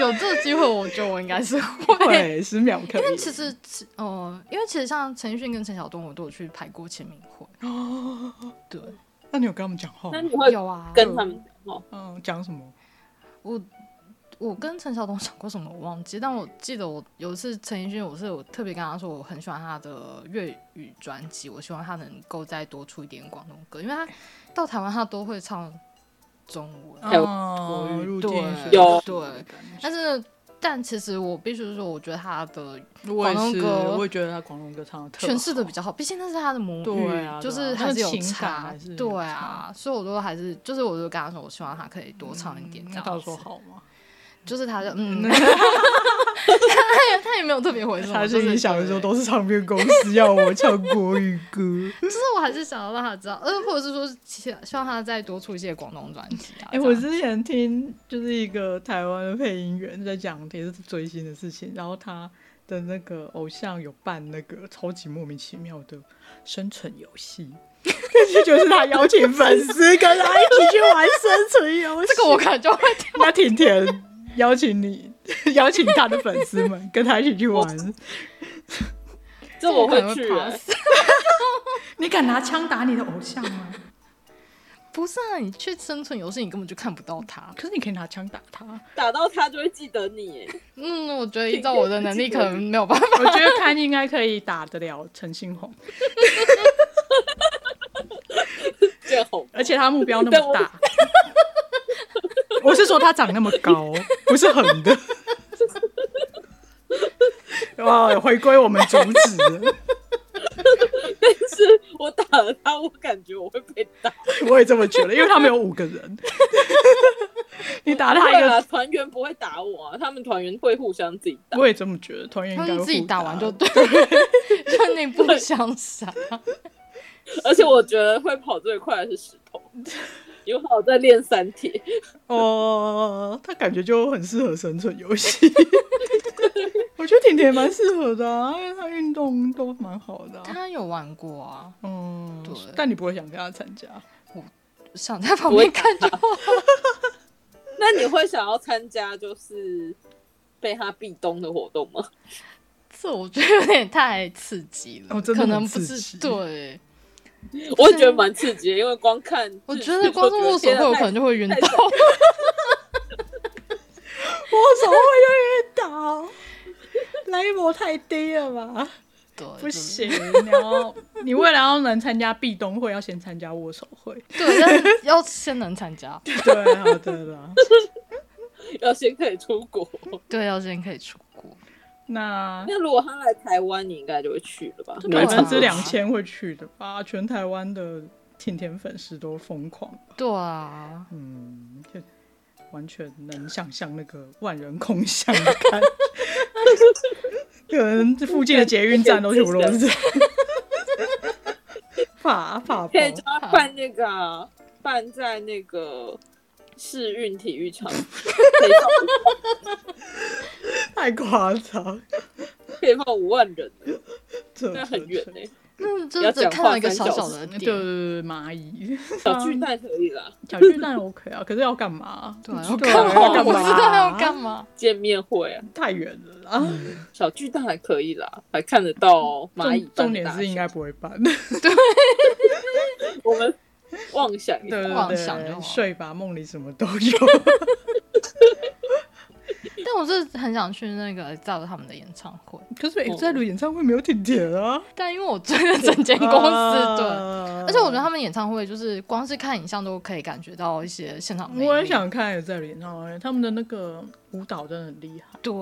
有这个机会，我觉得我应该是会。 对，十秒可因为以。其实，哦、因为其实像陈奕迅跟陈晓东，我都有去排过签名会。对，哦那你有跟他们讲话吗那？你会有啊。跟他们哦？嗯，讲什么？我我跟陈晓东讲过什么我忘记，但我记得我有一次陈奕迅，我是有特别跟他说我很喜欢他的粤语专辑，我希望他能够再多出一点广东歌，因为他到台湾他都会唱中文，还有哦国语入对境学有习的感觉但是但其实我必须说，我觉得他的我也广东是，歌我也觉得他广东歌唱的特诠释的好比较好，毕竟那是他的母语，对啊就是对啊还是有那个情感差还是，有对啊，所以我都还是就是我就跟他说，我希望他可以多唱一点这嗯那样。他说，好吗？就是他就 嗯， 他也他也没有特别回什么，他心就里是想的时候对都是唱片公司要我唱国语歌。就是我还是想要让他知道，呃，或者是说希希望他再多出一些广东专辑啊。哎、这我样之前听就是一个台湾的配音员在讲也是追星的事情，然后他的那个偶像有办那个超级莫名其妙的生存游戏。 这就是他邀请粉丝跟他一起去玩生存游戏。这个我可能就 会那甜甜邀请你，邀请他的粉丝们跟他一起去玩。这我可会能去、 pass 欸你敢拿枪打你的偶像吗？不是啊，你去生存游戏，你根本就看不到他。可是你可以拿枪打他。打到他就会记得你、欸，嗯，我觉得依照我的能力，可能没有办法。 我觉得潘应该可以打得了陈星红，这样好而且他目标那么大。 我是说他长那么高，不是横的。 哇，回归我们主旨了，是我打了他，我感觉我会被打。我也这么觉得，因为他们有五个人，你打他一对啊，个，团员不会打我啊，他们团员会互相自己打。我也这么觉得。团员应他该们会自己互打完就对， 就你不想啊杀。而且我觉得会跑最快的是石头，因为他有在练三铁，哦，他感觉就很适合生存游戏。 我觉得甜甜蛮适合的、啊，因为他运动都蛮好的、啊。他有玩过啊，嗯对，但你不会想跟他参加？想在旁边看就好。那你会想要参加就是被他壁咚的活动吗？这我觉得有点太刺激了，哦真的可很能不刺激是对。我也觉得蛮刺激的，因为光看 我就觉得光是握手天啊会，我可太能就会晕太倒。 我怎么会越倒？来一波太低了吧？对，不就是行，你要你为了要能参加壁咚会，要先参加握手会。对，但是要先能参加， 对，啊好的啦。要先可以出国。对，要先可以出国。那那如果他来台湾，你应该就会去了吧？对百我分很之两好奇千会去的吧？全台湾的甜甜粉丝都疯狂，对啊，嗯，就完全能想象那个万人空巷的感觉。可能附近的捷运站都全部都是， 法法可以包叫他办那个、啊，办在那个世运体育场，可以 太夸张，放可以放五万人，这那很远呢、那要真讲话的看到一个三小小小时的对点，对对，蚂 蚁小巨蛋可以啦， 小巨蛋 OK 啊，可是要干嘛？对啊，不要知道要干嘛？我知道要干嘛，嘛。嗯见面会啊， 太远了啊！小巨蛋还可以啦，还看得到哦蚂蚁重搬重的点大小。是应该不会办，我们妄想一 对下，对妄想就对，好睡吧，梦里什么都有。 但我是很想去那个赵他们的演唱会，可是哦在鲁演唱会没有甜甜啊，但因为我追了整间公司，对。啊而且我觉得他们演唱会就是光是看影像都可以感觉到一些现场魅力。我也想看在鲁演唱会，他们的那个舞蹈真的很厉害。对，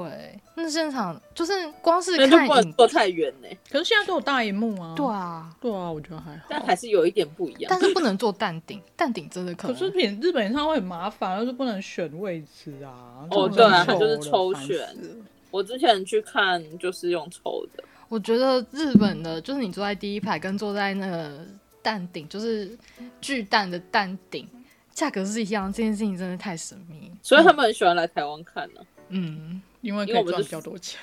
那现场就是光是那就看不能影，坐太远呢、可是现在都有大荧幕啊，对啊，对啊，我觉得还好。但还是有一点不一样。但是不能做淡定，淡定真的可可能。是演日本演唱会很麻烦，就是不能选位置啊。哦这种对啊抽它就是的抽烦选死了我之前去看就是用抽的，我觉得日本的，就是你坐在第一排跟坐在那个蛋顶，就是巨蛋的蛋顶，价格是一样，这件事情真的太神秘。所以他们很喜欢来台湾看呢、嗯，因为因为可以我们赚是比较多钱。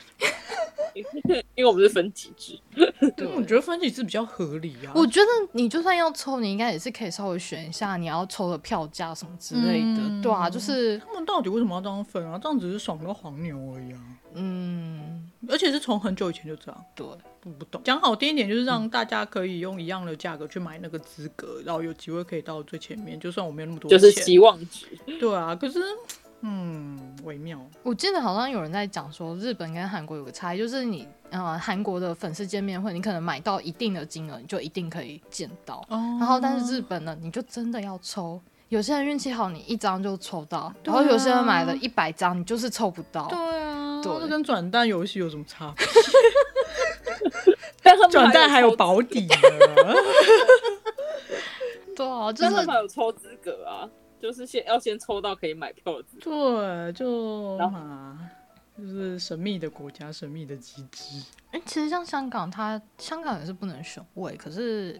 因为我们是分体制。对，我觉得分级制比较合理啊。我觉得你就算要抽，你应该也是可以稍微选一下你要抽的票价什么之类的，嗯对啊，就是他们到底为什么要这样分啊？这样只是爽个黄牛而已啊！嗯，而且是从很久以前就这样，对，我不懂。讲好听一点，就是让大家可以用一样的价格去买那个资格，然后有机会可以到最前面。就算我没有那么多就钱，是期望值。对啊。可是，嗯，微妙。我记得好像有人在讲说，日本跟韩国有个差异，就是你呃韩国的粉丝见面会，你可能买到一定的金额，你就一定可以见到。哦然后但是日本呢，你就真的要抽。有些人运气好，你一张就抽到；对然啊后有些人买了一百张，你就是抽不到。对啊，对这跟转蛋游戏有什么差别？但他们 转蛋还有抽保底的，对啊，就但他是们有抽资格啊，就是先要先抽到可以买票的资格。 对，就然后嘛，就是神秘的国家，神秘的机制。哎、其实像香港它，香港也是不能选位，可是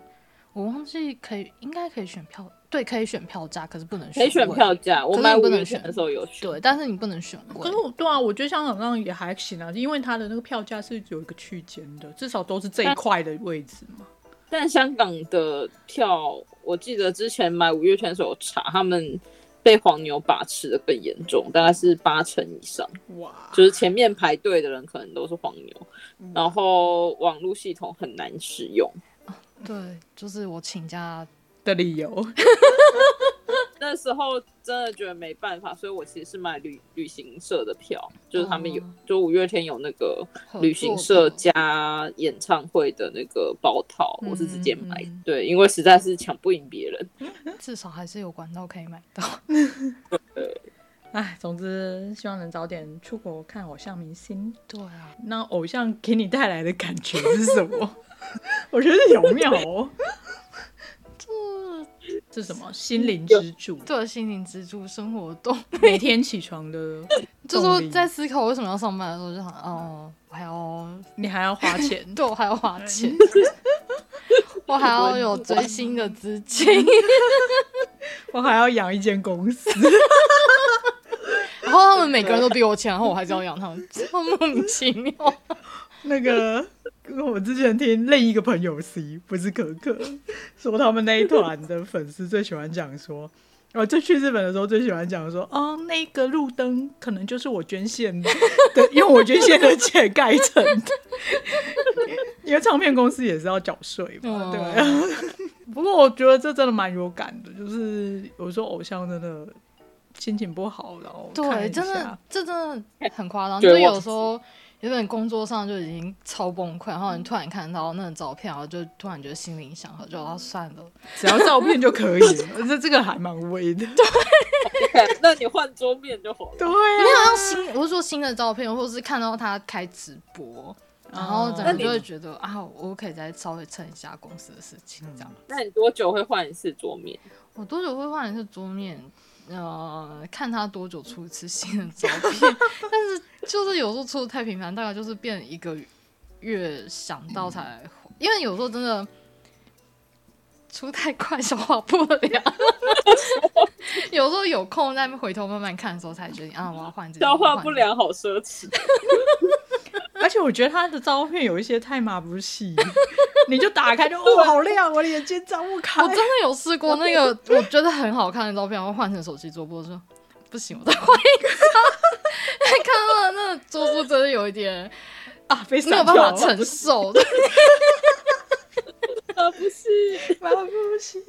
我忘记可以，应该可以选票，对，可以选票价，可是不能可以选位票。价，我可是买你五不能元券的时候有选。对，但是你不能选位可是。我对啊，我觉得香港上也还行啊，因为它的那个票价是有一个区间的，至少都是这一块的位置嘛。但香港的票，我记得之前买五月券的时候有查，他们被黄牛把持的更严重，大概是八成以上，哇，就是前面排队的人可能都是黄牛，然后网络系统很难使用。对，就是我请假的理由那时候真的觉得没办法，所以我其实是买旅旅行社的票，就是他们有，哦就五月天有那个合旅行作社的加演唱会的那个包套，嗯我是直接买的嗯对，因为实在是抢不赢别人。 至少还是有管道可以买到。哎，总之希望能早点出国看偶像明星。对啊，那偶像给你带来的感觉是什 么？我觉得有妙哦，这是什么心灵支柱？对心灵支柱，生活动， 每天起床的，就是动我力在思考为什么要上班的时候，就想，哦，我还要，。你还要花钱对我还要花钱， 我还要有追星的资 金， 我还要养一间公司， 然后他们每个人都比我强，然后我还是要养他们，超莫名其妙。那个，我之前听另一个朋友 C，不是可可，说他们那一团的粉丝最喜欢讲说，我就去日本的时候最喜欢讲说，哦，那个路灯可能就是我捐献 的，的用我捐献的钱盖成的， 因为唱片公司也是要缴税嘛，哦对吧。不过我觉得这真的蛮有感的，就是有时候偶像真的心情不好，然后看对，一真的下，这真的很夸张。绝就望有时候原本工作上就已经超崩溃，然后你突然看到那个照片，然后就突然觉得心灵祥和，就啊算了，只要照片就可以 了，这这个还蛮微 的。那你换桌面就好了。对没啊，有像新，我是说新的照片，或者是看到他开直播，然后整哦那个你就会觉得啊，我可以再稍微蹭一下公司的事情这样。那你多久会换一次桌面？我多久会换一次桌面？呃，看他多久出一次新的照片， 但是就是有时候出的太频繁，大概就是变一个月想到才，因为有时候真的出太快，消化不了。 有时候有空在那边回头慢慢看的时候，才决定啊，我要换这个。消化换不这个良好奢侈， 而且我觉得他的照片有一些太马不细， 你就打开就哦，好亮，我的眼睛张不开我。真的有试过那个，我觉得很好看的照片，然后换成手机桌布，我说不行，我再换一张。看到那个桌布真的有一点啊，被没有闪办法掉，承受， 啊，不是？马不细。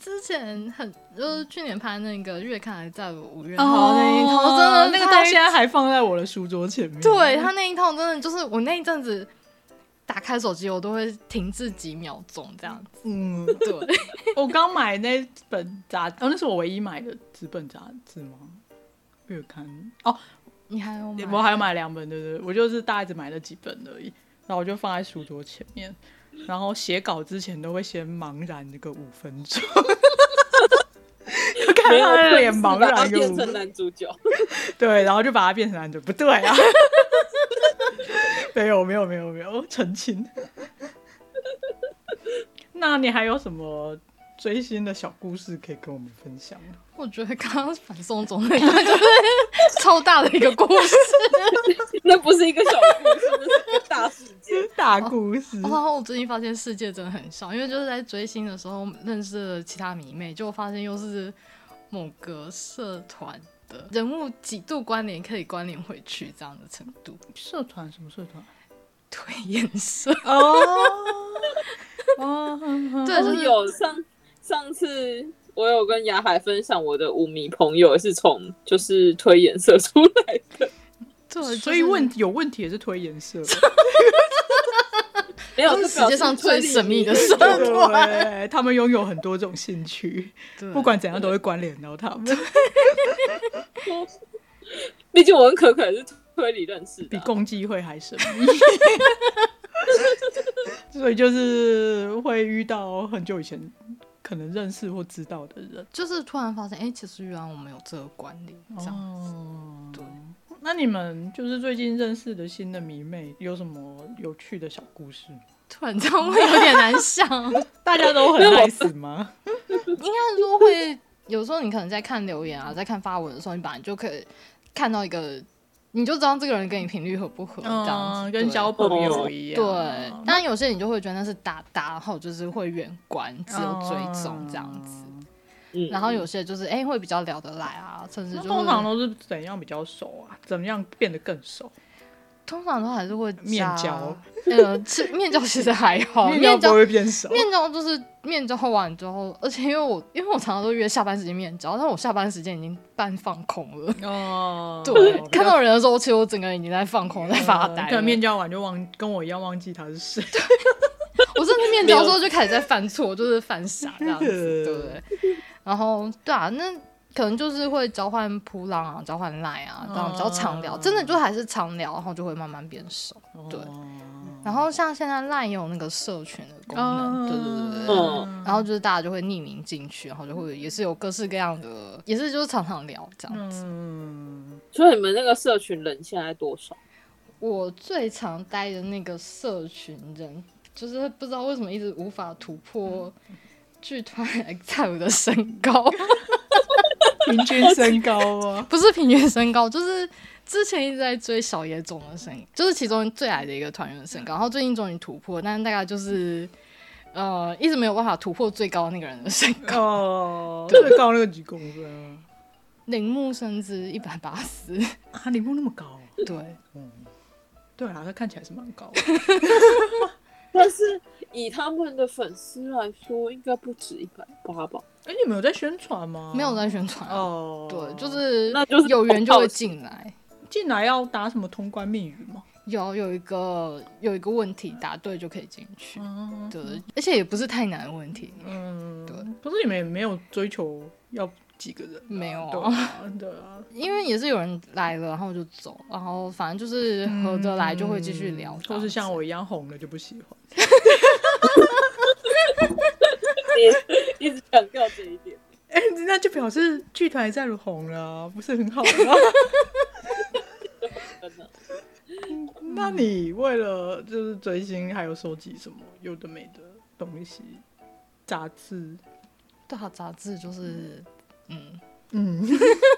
之前很就是去年拍那个月看还在我五月号哦，那一套，真的那个哦太到现在还放在我的书桌前面。啊对他那一套真的就是我那一阵子打开手机，我都会停滞几秒钟这样子。嗯，对， 我刚买那本杂，哦，那是我唯一买的纸本杂志吗？月刊哦，你还有买？我还有买两本，对不对？我就是大概只买了几本而已，然后我就放在书桌前面，然后写稿之前都会先茫然那个五分钟， 就看 没有他的退脸市茫啊把它然个变五成分，男主角，对，然后就把它变成男主，不对啊， 没有没有没有没有澄清。那你还有什么追星的小故事可以跟我们分享吗？我觉得刚刚反送中那段就是 超大的一个故事。 那不是一个小故事，那是一个大事 件。大故事 哦然后我最近发现世界真的很小，因为就是在追星的时候认识了其他迷妹，就发现又是某个社团的人物几度关联可以关联回去这样的程度。社团什么社团？推演 社，哦，哦，对，但就是是有上上次我有跟雅海分享，我的舞迷朋友是从就是推演社出来的， 对，就是所以问有问题也是推颜色，没有这是世界上最神秘的社 对团，他们拥有很多种兴趣，对不管怎样都会关联到他们，毕竟我跟可可也是推理认识的比啊、共济会还神秘。 所以就是会遇到很久以前可能认识或知道的人。就是突然发现，哎、其实原来我们有这个关联，这样。哦，对，那你们就是最近认识的新的迷妹有什么有趣的小故事吗？突然这样会有点难想。 大家都很爱死吗？应该说会有时候你可能在看留言啊，在看发文的时候，你本来就可以看到一个，你就知道这个人跟你频率合不合，这样子、嗯嗯，跟交啊哦朋友一对样。对，那但有些你就会觉得那是打打，然后就是会远观，只有追踪这样子。嗯嗯然后有些就是哎、会比较聊得来啊，甚至那就是通常都是怎样比较熟啊？怎么样变得更熟？通常都还是会加面交，呃， 吃面交其实还好，哦面不交会变熟。面交就是面交完之后，而且因为我因为我常常都约下班时间面交，但我下班时间已经半放空 了。哦对，看到人的时候，其实我整个人已经在放空，在发呆了。可能嗯面交完就忘，跟我一样忘记他是谁。我甚至面交的时候就开始在犯错，就是犯傻这样嗯子，对不对？然后对啊，那可能就是会交换扑浪啊，交换赖啊，这样比较常聊，嗯真的就还是常聊，然后就会慢慢变熟。对哦然后像现在赖也有那个社群的功能，对对对对。嗯然后就是大家就会匿名进去，然后就会也是有各式各样的，也是就是常常聊这样子。嗯，所以你们那个社群人现在多少？我最常待的那个社群人，就是不知道为什么一直无法突破剧团 Excel 的身高，，平均身高啊 不是平均身高，就是之前一直在追小野种的身，就是其中最矮的一个团员的身高，然后最近终于突破，但是大概就是呃一直没有办法突破最高那个人的身高，哦，最高那个几公分啊？铃木甚至一百八十，啊，林峰那么高？对。嗯，对啊，他看起来是蛮高的。但是以他们的粉丝来说，应该不止一百八吧？ 哎，你们有在宣传吗？ 没有在宣传啊、哦，对，就是那就是有缘就会进来，进来要打什么通关密语吗？有有一个有一个问题答对就可以进去，嗯，对，而且也不是太难的问题，嗯，对。可是你们也没有追求要几个人啊、没有啊 对啊，对啊，因为也是有人来了，然后就走，然后反正就是合得来就会继续聊，嗯或是像我一样红了就不喜欢。 一直强调这一点。哎、那就表示剧团在红了啊、不是很好吗？ 真的，那你为了就是追星，还有收集什么有的没的东西、杂志？对啊，杂志就是嗯，嗯，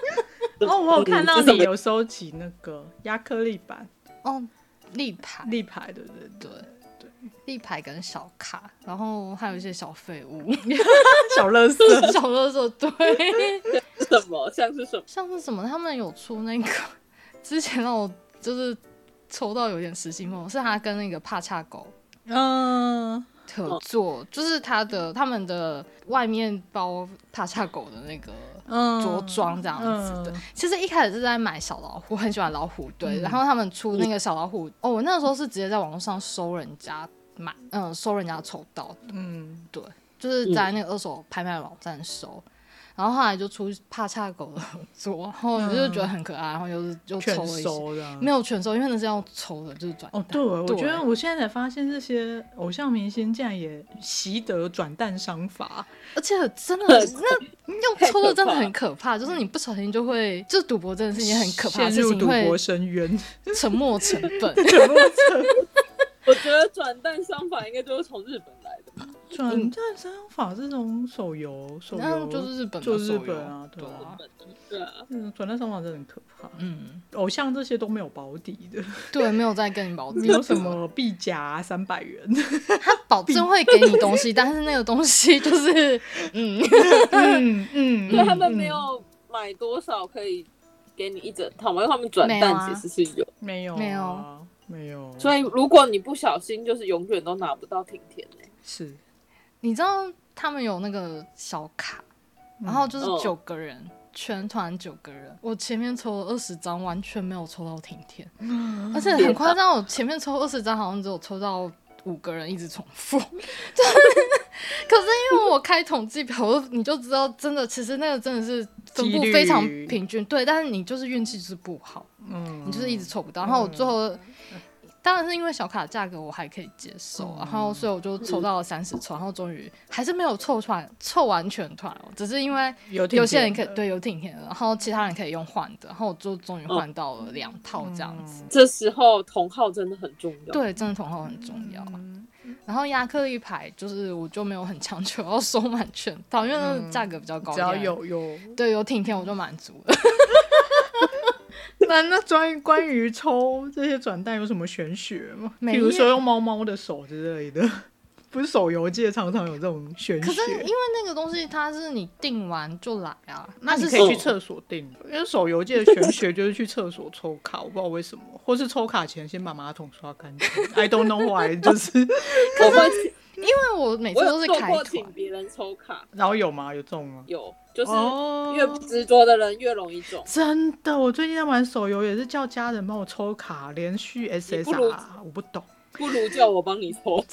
哦，我有看到你有收集那个亚克力板哦，立牌，立牌，对对对，对对，立牌跟小卡，然后还有一些小废物， 小乐色，小乐色，对，什么像是什么？像是什么，他们有出那个，之前让我就是抽到有点失心疯，是他跟那个帕恰狗嗯，合作，就是他的他们的外面包帕恰狗的那个。嗯着装这样子的。嗯其实一开始是在买小老虎，很喜欢老虎队，然后他们出那个小老虎，哦，我那时候是直接在网络上搜人家买，嗯，搜人家抽到的，嗯，对，就是在那个二手拍卖网站搜。然后后来就出帕恰狗的合作，然后我就觉得很可爱，然后又是又抽嗯全了一些，收的啊，没有全收，因为那是要抽的，就是转哦，对，蛋我对觉得我现在才发现，这些偶像明星竟然也习得转蛋商法。而且真的那用抽的真的很可怕，就是你不小心就会，就是赌博真的是一件很可怕的陷事入情，赌会博深渊， 沉没成本。全部成我觉得转蛋商法应该就是从日本来的。嗯转蛋商法这种手游，手然后游就是日本的就手日游本啊，对对啊啊，对啊，嗯转蛋商法真的很可怕。嗯，偶像这些都没有保底的，对，没有再跟你保 没底，有什么币夹三百元，保证会给你东西，但是那个东西就是，嗯，嗯 嗯，所以他们没有买多少可以给你一整套嘛，因为他们转没有蛋啊其实是有，没有没啊没有，所以如果你不小心，就是永远都拿不到停甜呢、是你知道他们有那个小卡，然后就是嗯九个人，全团九个人，我前面抽了二十张，完全没有抽到停天，而且很夸张，我前面抽二十张，好像只有抽到。五个人一直重复， 就是，可是因为我开统计表，我你就知道，真的，其实那个真的是分几布率非常平均，对，但是你就是运气就是不好，嗯，你就是一直抽不到。然后我最后， 当然是因为小卡价格我还可以接受，嗯然后所以我就抽到了三十抽，然后终于还是没有凑团，凑完全团哦，只是因为有挺有些人可甜以的对有挺甜的，然后其他人可以用换的，然后我就终哦于换到了两套这样子。这时候同号真的很重嗯要。，对，真的同号很重要。啊然后亚克力牌就是我就没有很强求要收满全套，因为那个价格比较高一嗯只要点。有有对有挺甜我就满足了。那那关于关于抽这些转蛋有什么玄学吗？没比如说用猫猫的手之类的， 不是手游界常常有这种玄可学是。因为那个东西它是你定完就来啊，那它你是可以去厕所订，因为手游界的玄学就是去厕所抽卡，我不知道为什么，或是抽卡前先把马桶刷干净。I don't know why，就是 我会因为我每次我都有是做开过团，请别人抽卡，然后有吗？有中吗？有就是哦越不执着的人越容易中。真的，我最近在玩手游，也是叫家人帮我抽卡，连续不如 SSR，我不懂。 不如叫我帮你抽。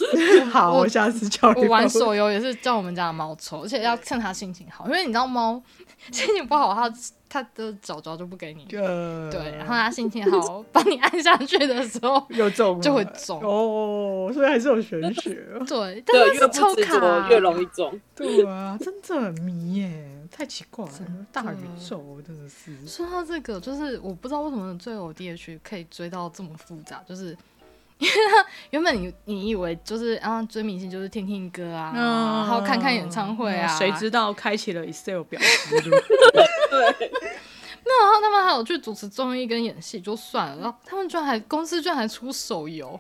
好，我我下次叫我你玩帮手游也是叫我们家的猫抽，而且要趁它心情好，因为你知道猫心情不好，它它的脚脚就不给你。呃，对，然后它心情好，把你按下去的时候，有中就会了中哦，所以还是有玄 学。对，但对，越是它不是抽执卡着啊越容易 中。对啊，真的很迷耶，太奇怪了，大宇宙真的是。说到这个，就是我不知道为什么追偶 DH 可以追到这么复杂，就是因为他原本你你以为就是啊追明星就是听听歌啊，然后看看演唱会啊，哦谁知道开启了 Excel 表记录，对，那然后他们还有去主持综艺跟演戏就算了，然后他们居然还公司居然还出手游，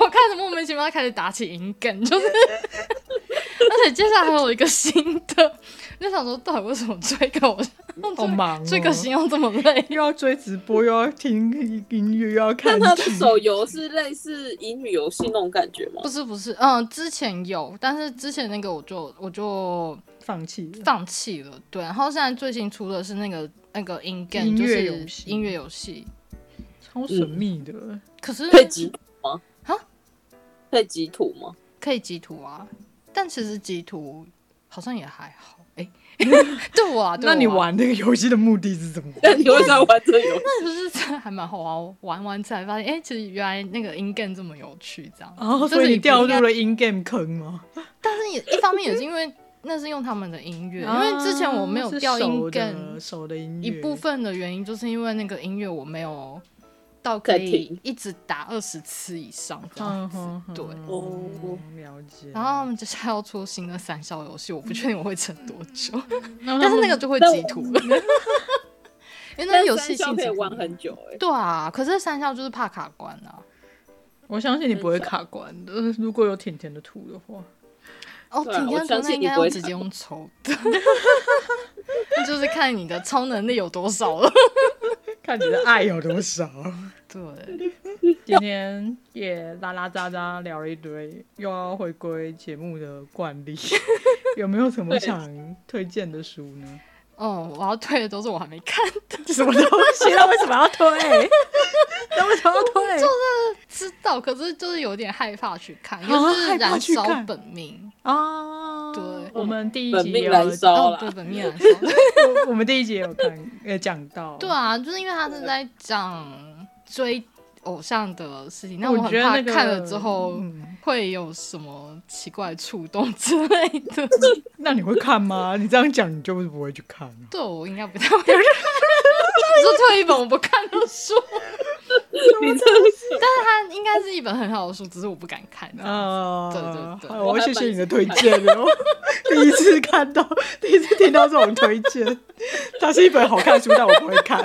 我看着莫名其妙开始打起银梗，就是，而且接下来还有一个新的，我就想说到底为什么追个偶像， 好忙哦追个星又这么累？又要追直播，又要听音乐，又要看 但他的剧手游是类似乙女游戏那种感觉吗不？是不是，嗯，之前有，但是之前那个我就我就放弃了。放弃了，对。然后现在最新出的是那个，哎、那个 in 音 game 就乐是游戏音乐游戏，超神秘的。可是可以集图吗？哈，可以集图吗？可以集图啊，但其实集图好像也还好。 哎、对我啊，对欸那我啊你玩这个游戏的目的是 什么？那 你为什么玩这个游戏？那不是真的还蛮好玩，玩完才发现，哎、其实原来那个 in game 这么有趣，这样。哦，就是所以你不掉应该入了 in game 坑吗？但是也一方面也是因为那是用他们的音乐，因为之前我没有哦啊是掉音手的更手的音乐一部分的原因，就是因为那个音乐我没有到可在以听一直打二十次以上这样嗯子。哼哼对哦了解。然后他们接下来要出新的三消游戏，我不确定我会撑多久，但但是那个就会嗯但集图了， 因为那但个游三戏消性可以质玩不一样很久哎、对啊，可是三消就是怕卡关啊。我相信你不会卡关的，如果有甜甜的图的话，哦，对啊挺我天图相那信应你该不要会直卡接用抽的， 那就是看你的超能力有多少了。 看你的爱有多少。对， 今天也拉拉杂杂聊了一堆，又要回归节目的惯 例，有没有什么对想推荐的书呢？哦，我要退的都是我还没看的， 什么东西？那为什么要 推？那为什么要推？知道，可是就是有点害怕去看，因啊为是害怕燃去烧看本命。啊，对我们第一本集命有燃烧糟，哦对，啦本命燃 烧。我我们第一集也有看，也讲到。对啊，就是因为他是在讲追偶像的事情，那我很觉得怕那个看了之后嗯会有什么奇怪的触动之类的。 那你会看吗？你这样讲，你就不会去看啊了。对我应该不太会看。你说退一本我不看的书，你真的是嗯它应该是一本很好的书，只是我不敢看。啊，对对对我要谢谢你的推荐哦。 第一次看到，第一次听到这种推荐，它是一本好看的书，但我不会 看。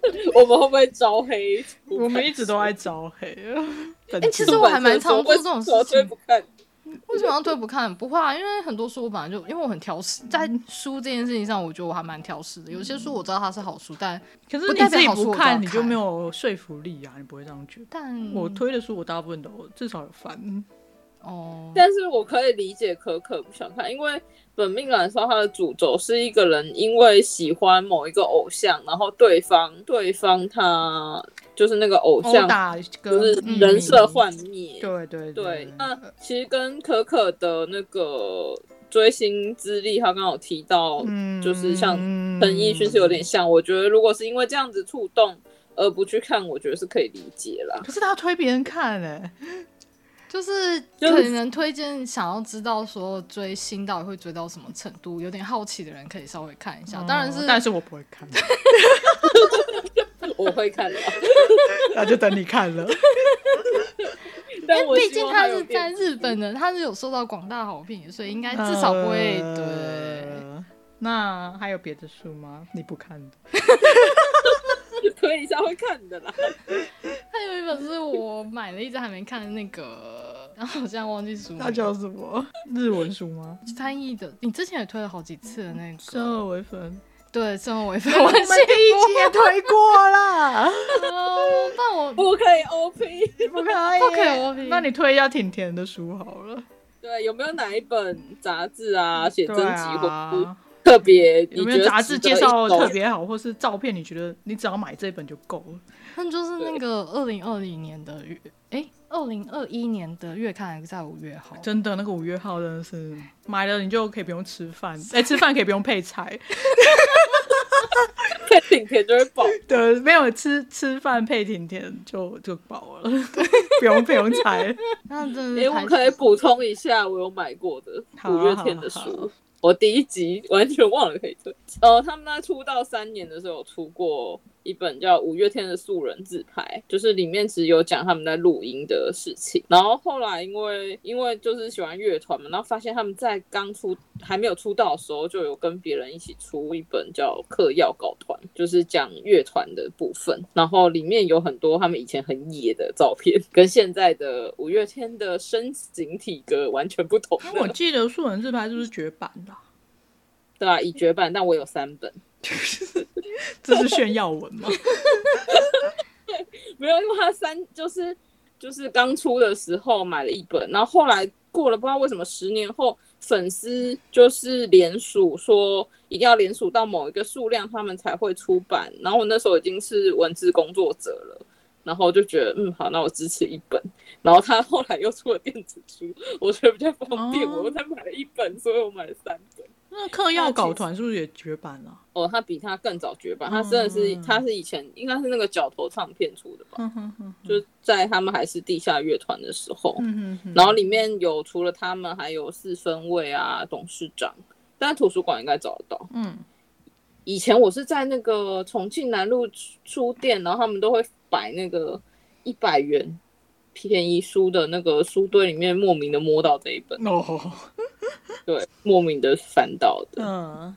我们会不会招黑？我们一直都在招黑。哎其实我还蛮常做这种事情我最不看，为什么要退不看？不会啊，因为很多书我本来就，因为我很挑食，在书这件事情上，我觉得我还蛮挑食的。有些书我知道它是好书，但可是不你代自表己好书不我都要看，你就看没有说服力啊，你不会这样觉得。但我推的书，我大部分都至少有翻。哦，但是我可以理解可可不想看，因为《本命燃烧》它的主轴是一个人因为喜欢某一个偶像，然后对方对方他就是那个偶殴像打就跟是嗯匿人设名幻灭，对对对，那其实跟可可的那个追星资历，他刚好提到，嗯就是像陈奕迅是有点像。我觉得如果是因为这样子触动而不去看，我觉得是可以理解啦。 可是他推别人看哎、就是就可是能推荐想要知道说追星到底会追到什么程度，有点好奇的人可以稍微看一下。当然哦嗯是，但是我不会 看，我会看 啦，那就等你看了。但因我为毕希竟望他有是变在日本的，他是有受到广大好评，所以应该至少不会对。呃那还有别的书吗？你不看的？可以是会看的啦。他有一本是我买了一直还没看的那个，然后好像忘记书名那叫什么？日文书吗？翻译的。你之前也推了好几次的那生个，而为粉，对，生 活微分，嗯我很我们第一集也推过啦，哦，但我不可以 OP。不可以， 不可以我比那你推一下挺甜的书好了。对，有没有哪一本杂志啊、写真对集或啊，特别？你有没觉有得杂志值得介一绍收特？别好，或是照片？你觉得你只要买这本就够了？他们就是那个二零二零年的月，哎，二零二一年的月刊还是在五月号，真的，那个五月号真的是买了你就可以不用吃饭，哎、吃饭可以不用配菜，配顶贴就会爆。对，没有吃吃饭配甜甜就就饱了， 不用不用 猜。那真的哎、是我太可以补充一下，我有买过的嗯好啊五月天的好啊好啊书，我第一集完全忘了可以推。呃，他们在出道三年的时候有出过一本叫《五月天的素人自拍》，就是里面只有讲他们在录音的事情。然后后来因为因为就是喜欢乐团嘛，然后发现他们在刚出还没有出道的时候，就有跟别人一起出一本叫《嗑药搞团》，就是讲乐团的部分。然后里面有很多他们以前很野的照片，跟现在的五月天的身形体格完全不同因为我的。记得素人自拍就是绝版的啊、 对啊，已绝版，但我有三本。这是炫耀文吗？没有，因为他三就是就是刚出的时候买了一本，然后后来。过了不知道为什么十年后，粉丝就是联署说一定要联署到某一个数量，他们才会出版。然后我那时候已经是文字工作者了，然后就觉得嗯好，那我支持一本。然后他后来又出了电子书，我觉得比较方便，哦我才买了一本，所以我买了三本。 那嗑药搞团是不是也绝版了、啊哦，他比他更早绝版，他真的是、嗯他是以前应该是那个角头唱片出的吧，哼嗯哼哼哼就在他们还是地下乐团的时候。嗯哼哼然后里面有除了他们，还有四分卫啊、董事长，但图书馆应该找得到。嗯，以前我是在那个重庆南路书店，然后他们都会摆那个一百元便宜书的那个书堆里面，莫名的摸到这一本，哦， 对，莫名的翻到的。嗯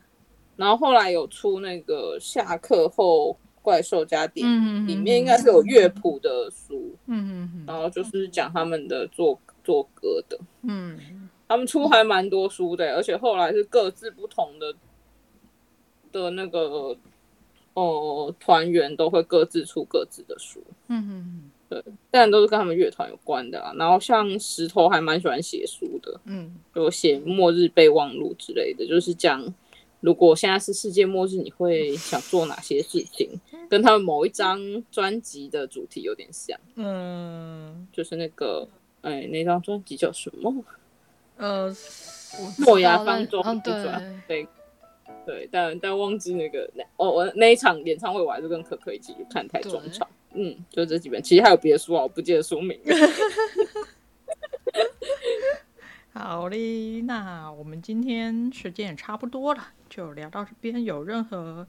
然后后来有出那个下课后怪兽家电，嗯，里面应该是有乐谱的书，嗯嗯然后就是讲他们的做做歌的。嗯嗯他们出还蛮多书的，欸而且后来是各自不同的的那个哦团员都会各自出各自的书，嗯嗯但都是跟他们乐团有关的啊。然后像石头还蛮喜欢写书的，嗯有写《末日备忘录》之类的，就是讲如果现在是世界末日，你会想做哪些事情，跟他们某一张专辑的主题有点像，嗯就是那个哎那张专辑叫什么？呃，诺亚方舟哦嗯，对一转对对，但但忘记那个那哦，我那一场演唱会我还是跟可可一起去看台中场，嗯，就这几本，其实还有别的书啊，我不记得书名 了。好嘞，那我们今天时间也差不多了，就聊到这边。有任何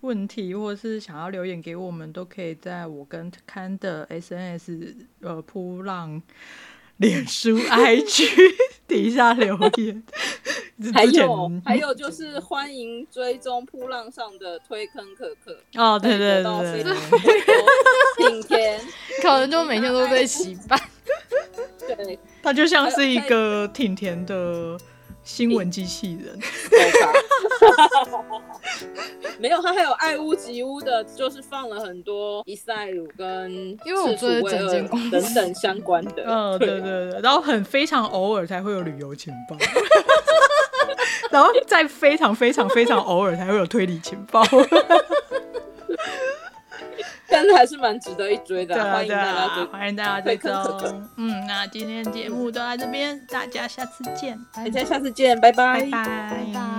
问题或是想要留言给我们，都可以在我跟刊的 SNS 呃扑浪、脸 书、IG 底下留言。之还前有还有就是欢迎追踪扑浪上的推坑可可，哦，对对得到对非对常。多 顶天，可能就每天都被 洗版。对，它就像是一还有个挺甜的新闻机器人。 没有，他还有爱屋及乌的，就是放了很多伊塞鲁跟因为我赤楚追卫整二间公司等等相关的，嗯，对对对，然后很非常偶尔才会有旅游情报， 然后再非常非常非常偶尔才会有推理情报。但是还是蛮值得一追的 对啊、啊，欢迎对大家追啊，嗯 欢迎大家追踪推坑可可。嗯，那今天的节目就到这边，大家下次见，大家下次见，拜拜。拜拜拜。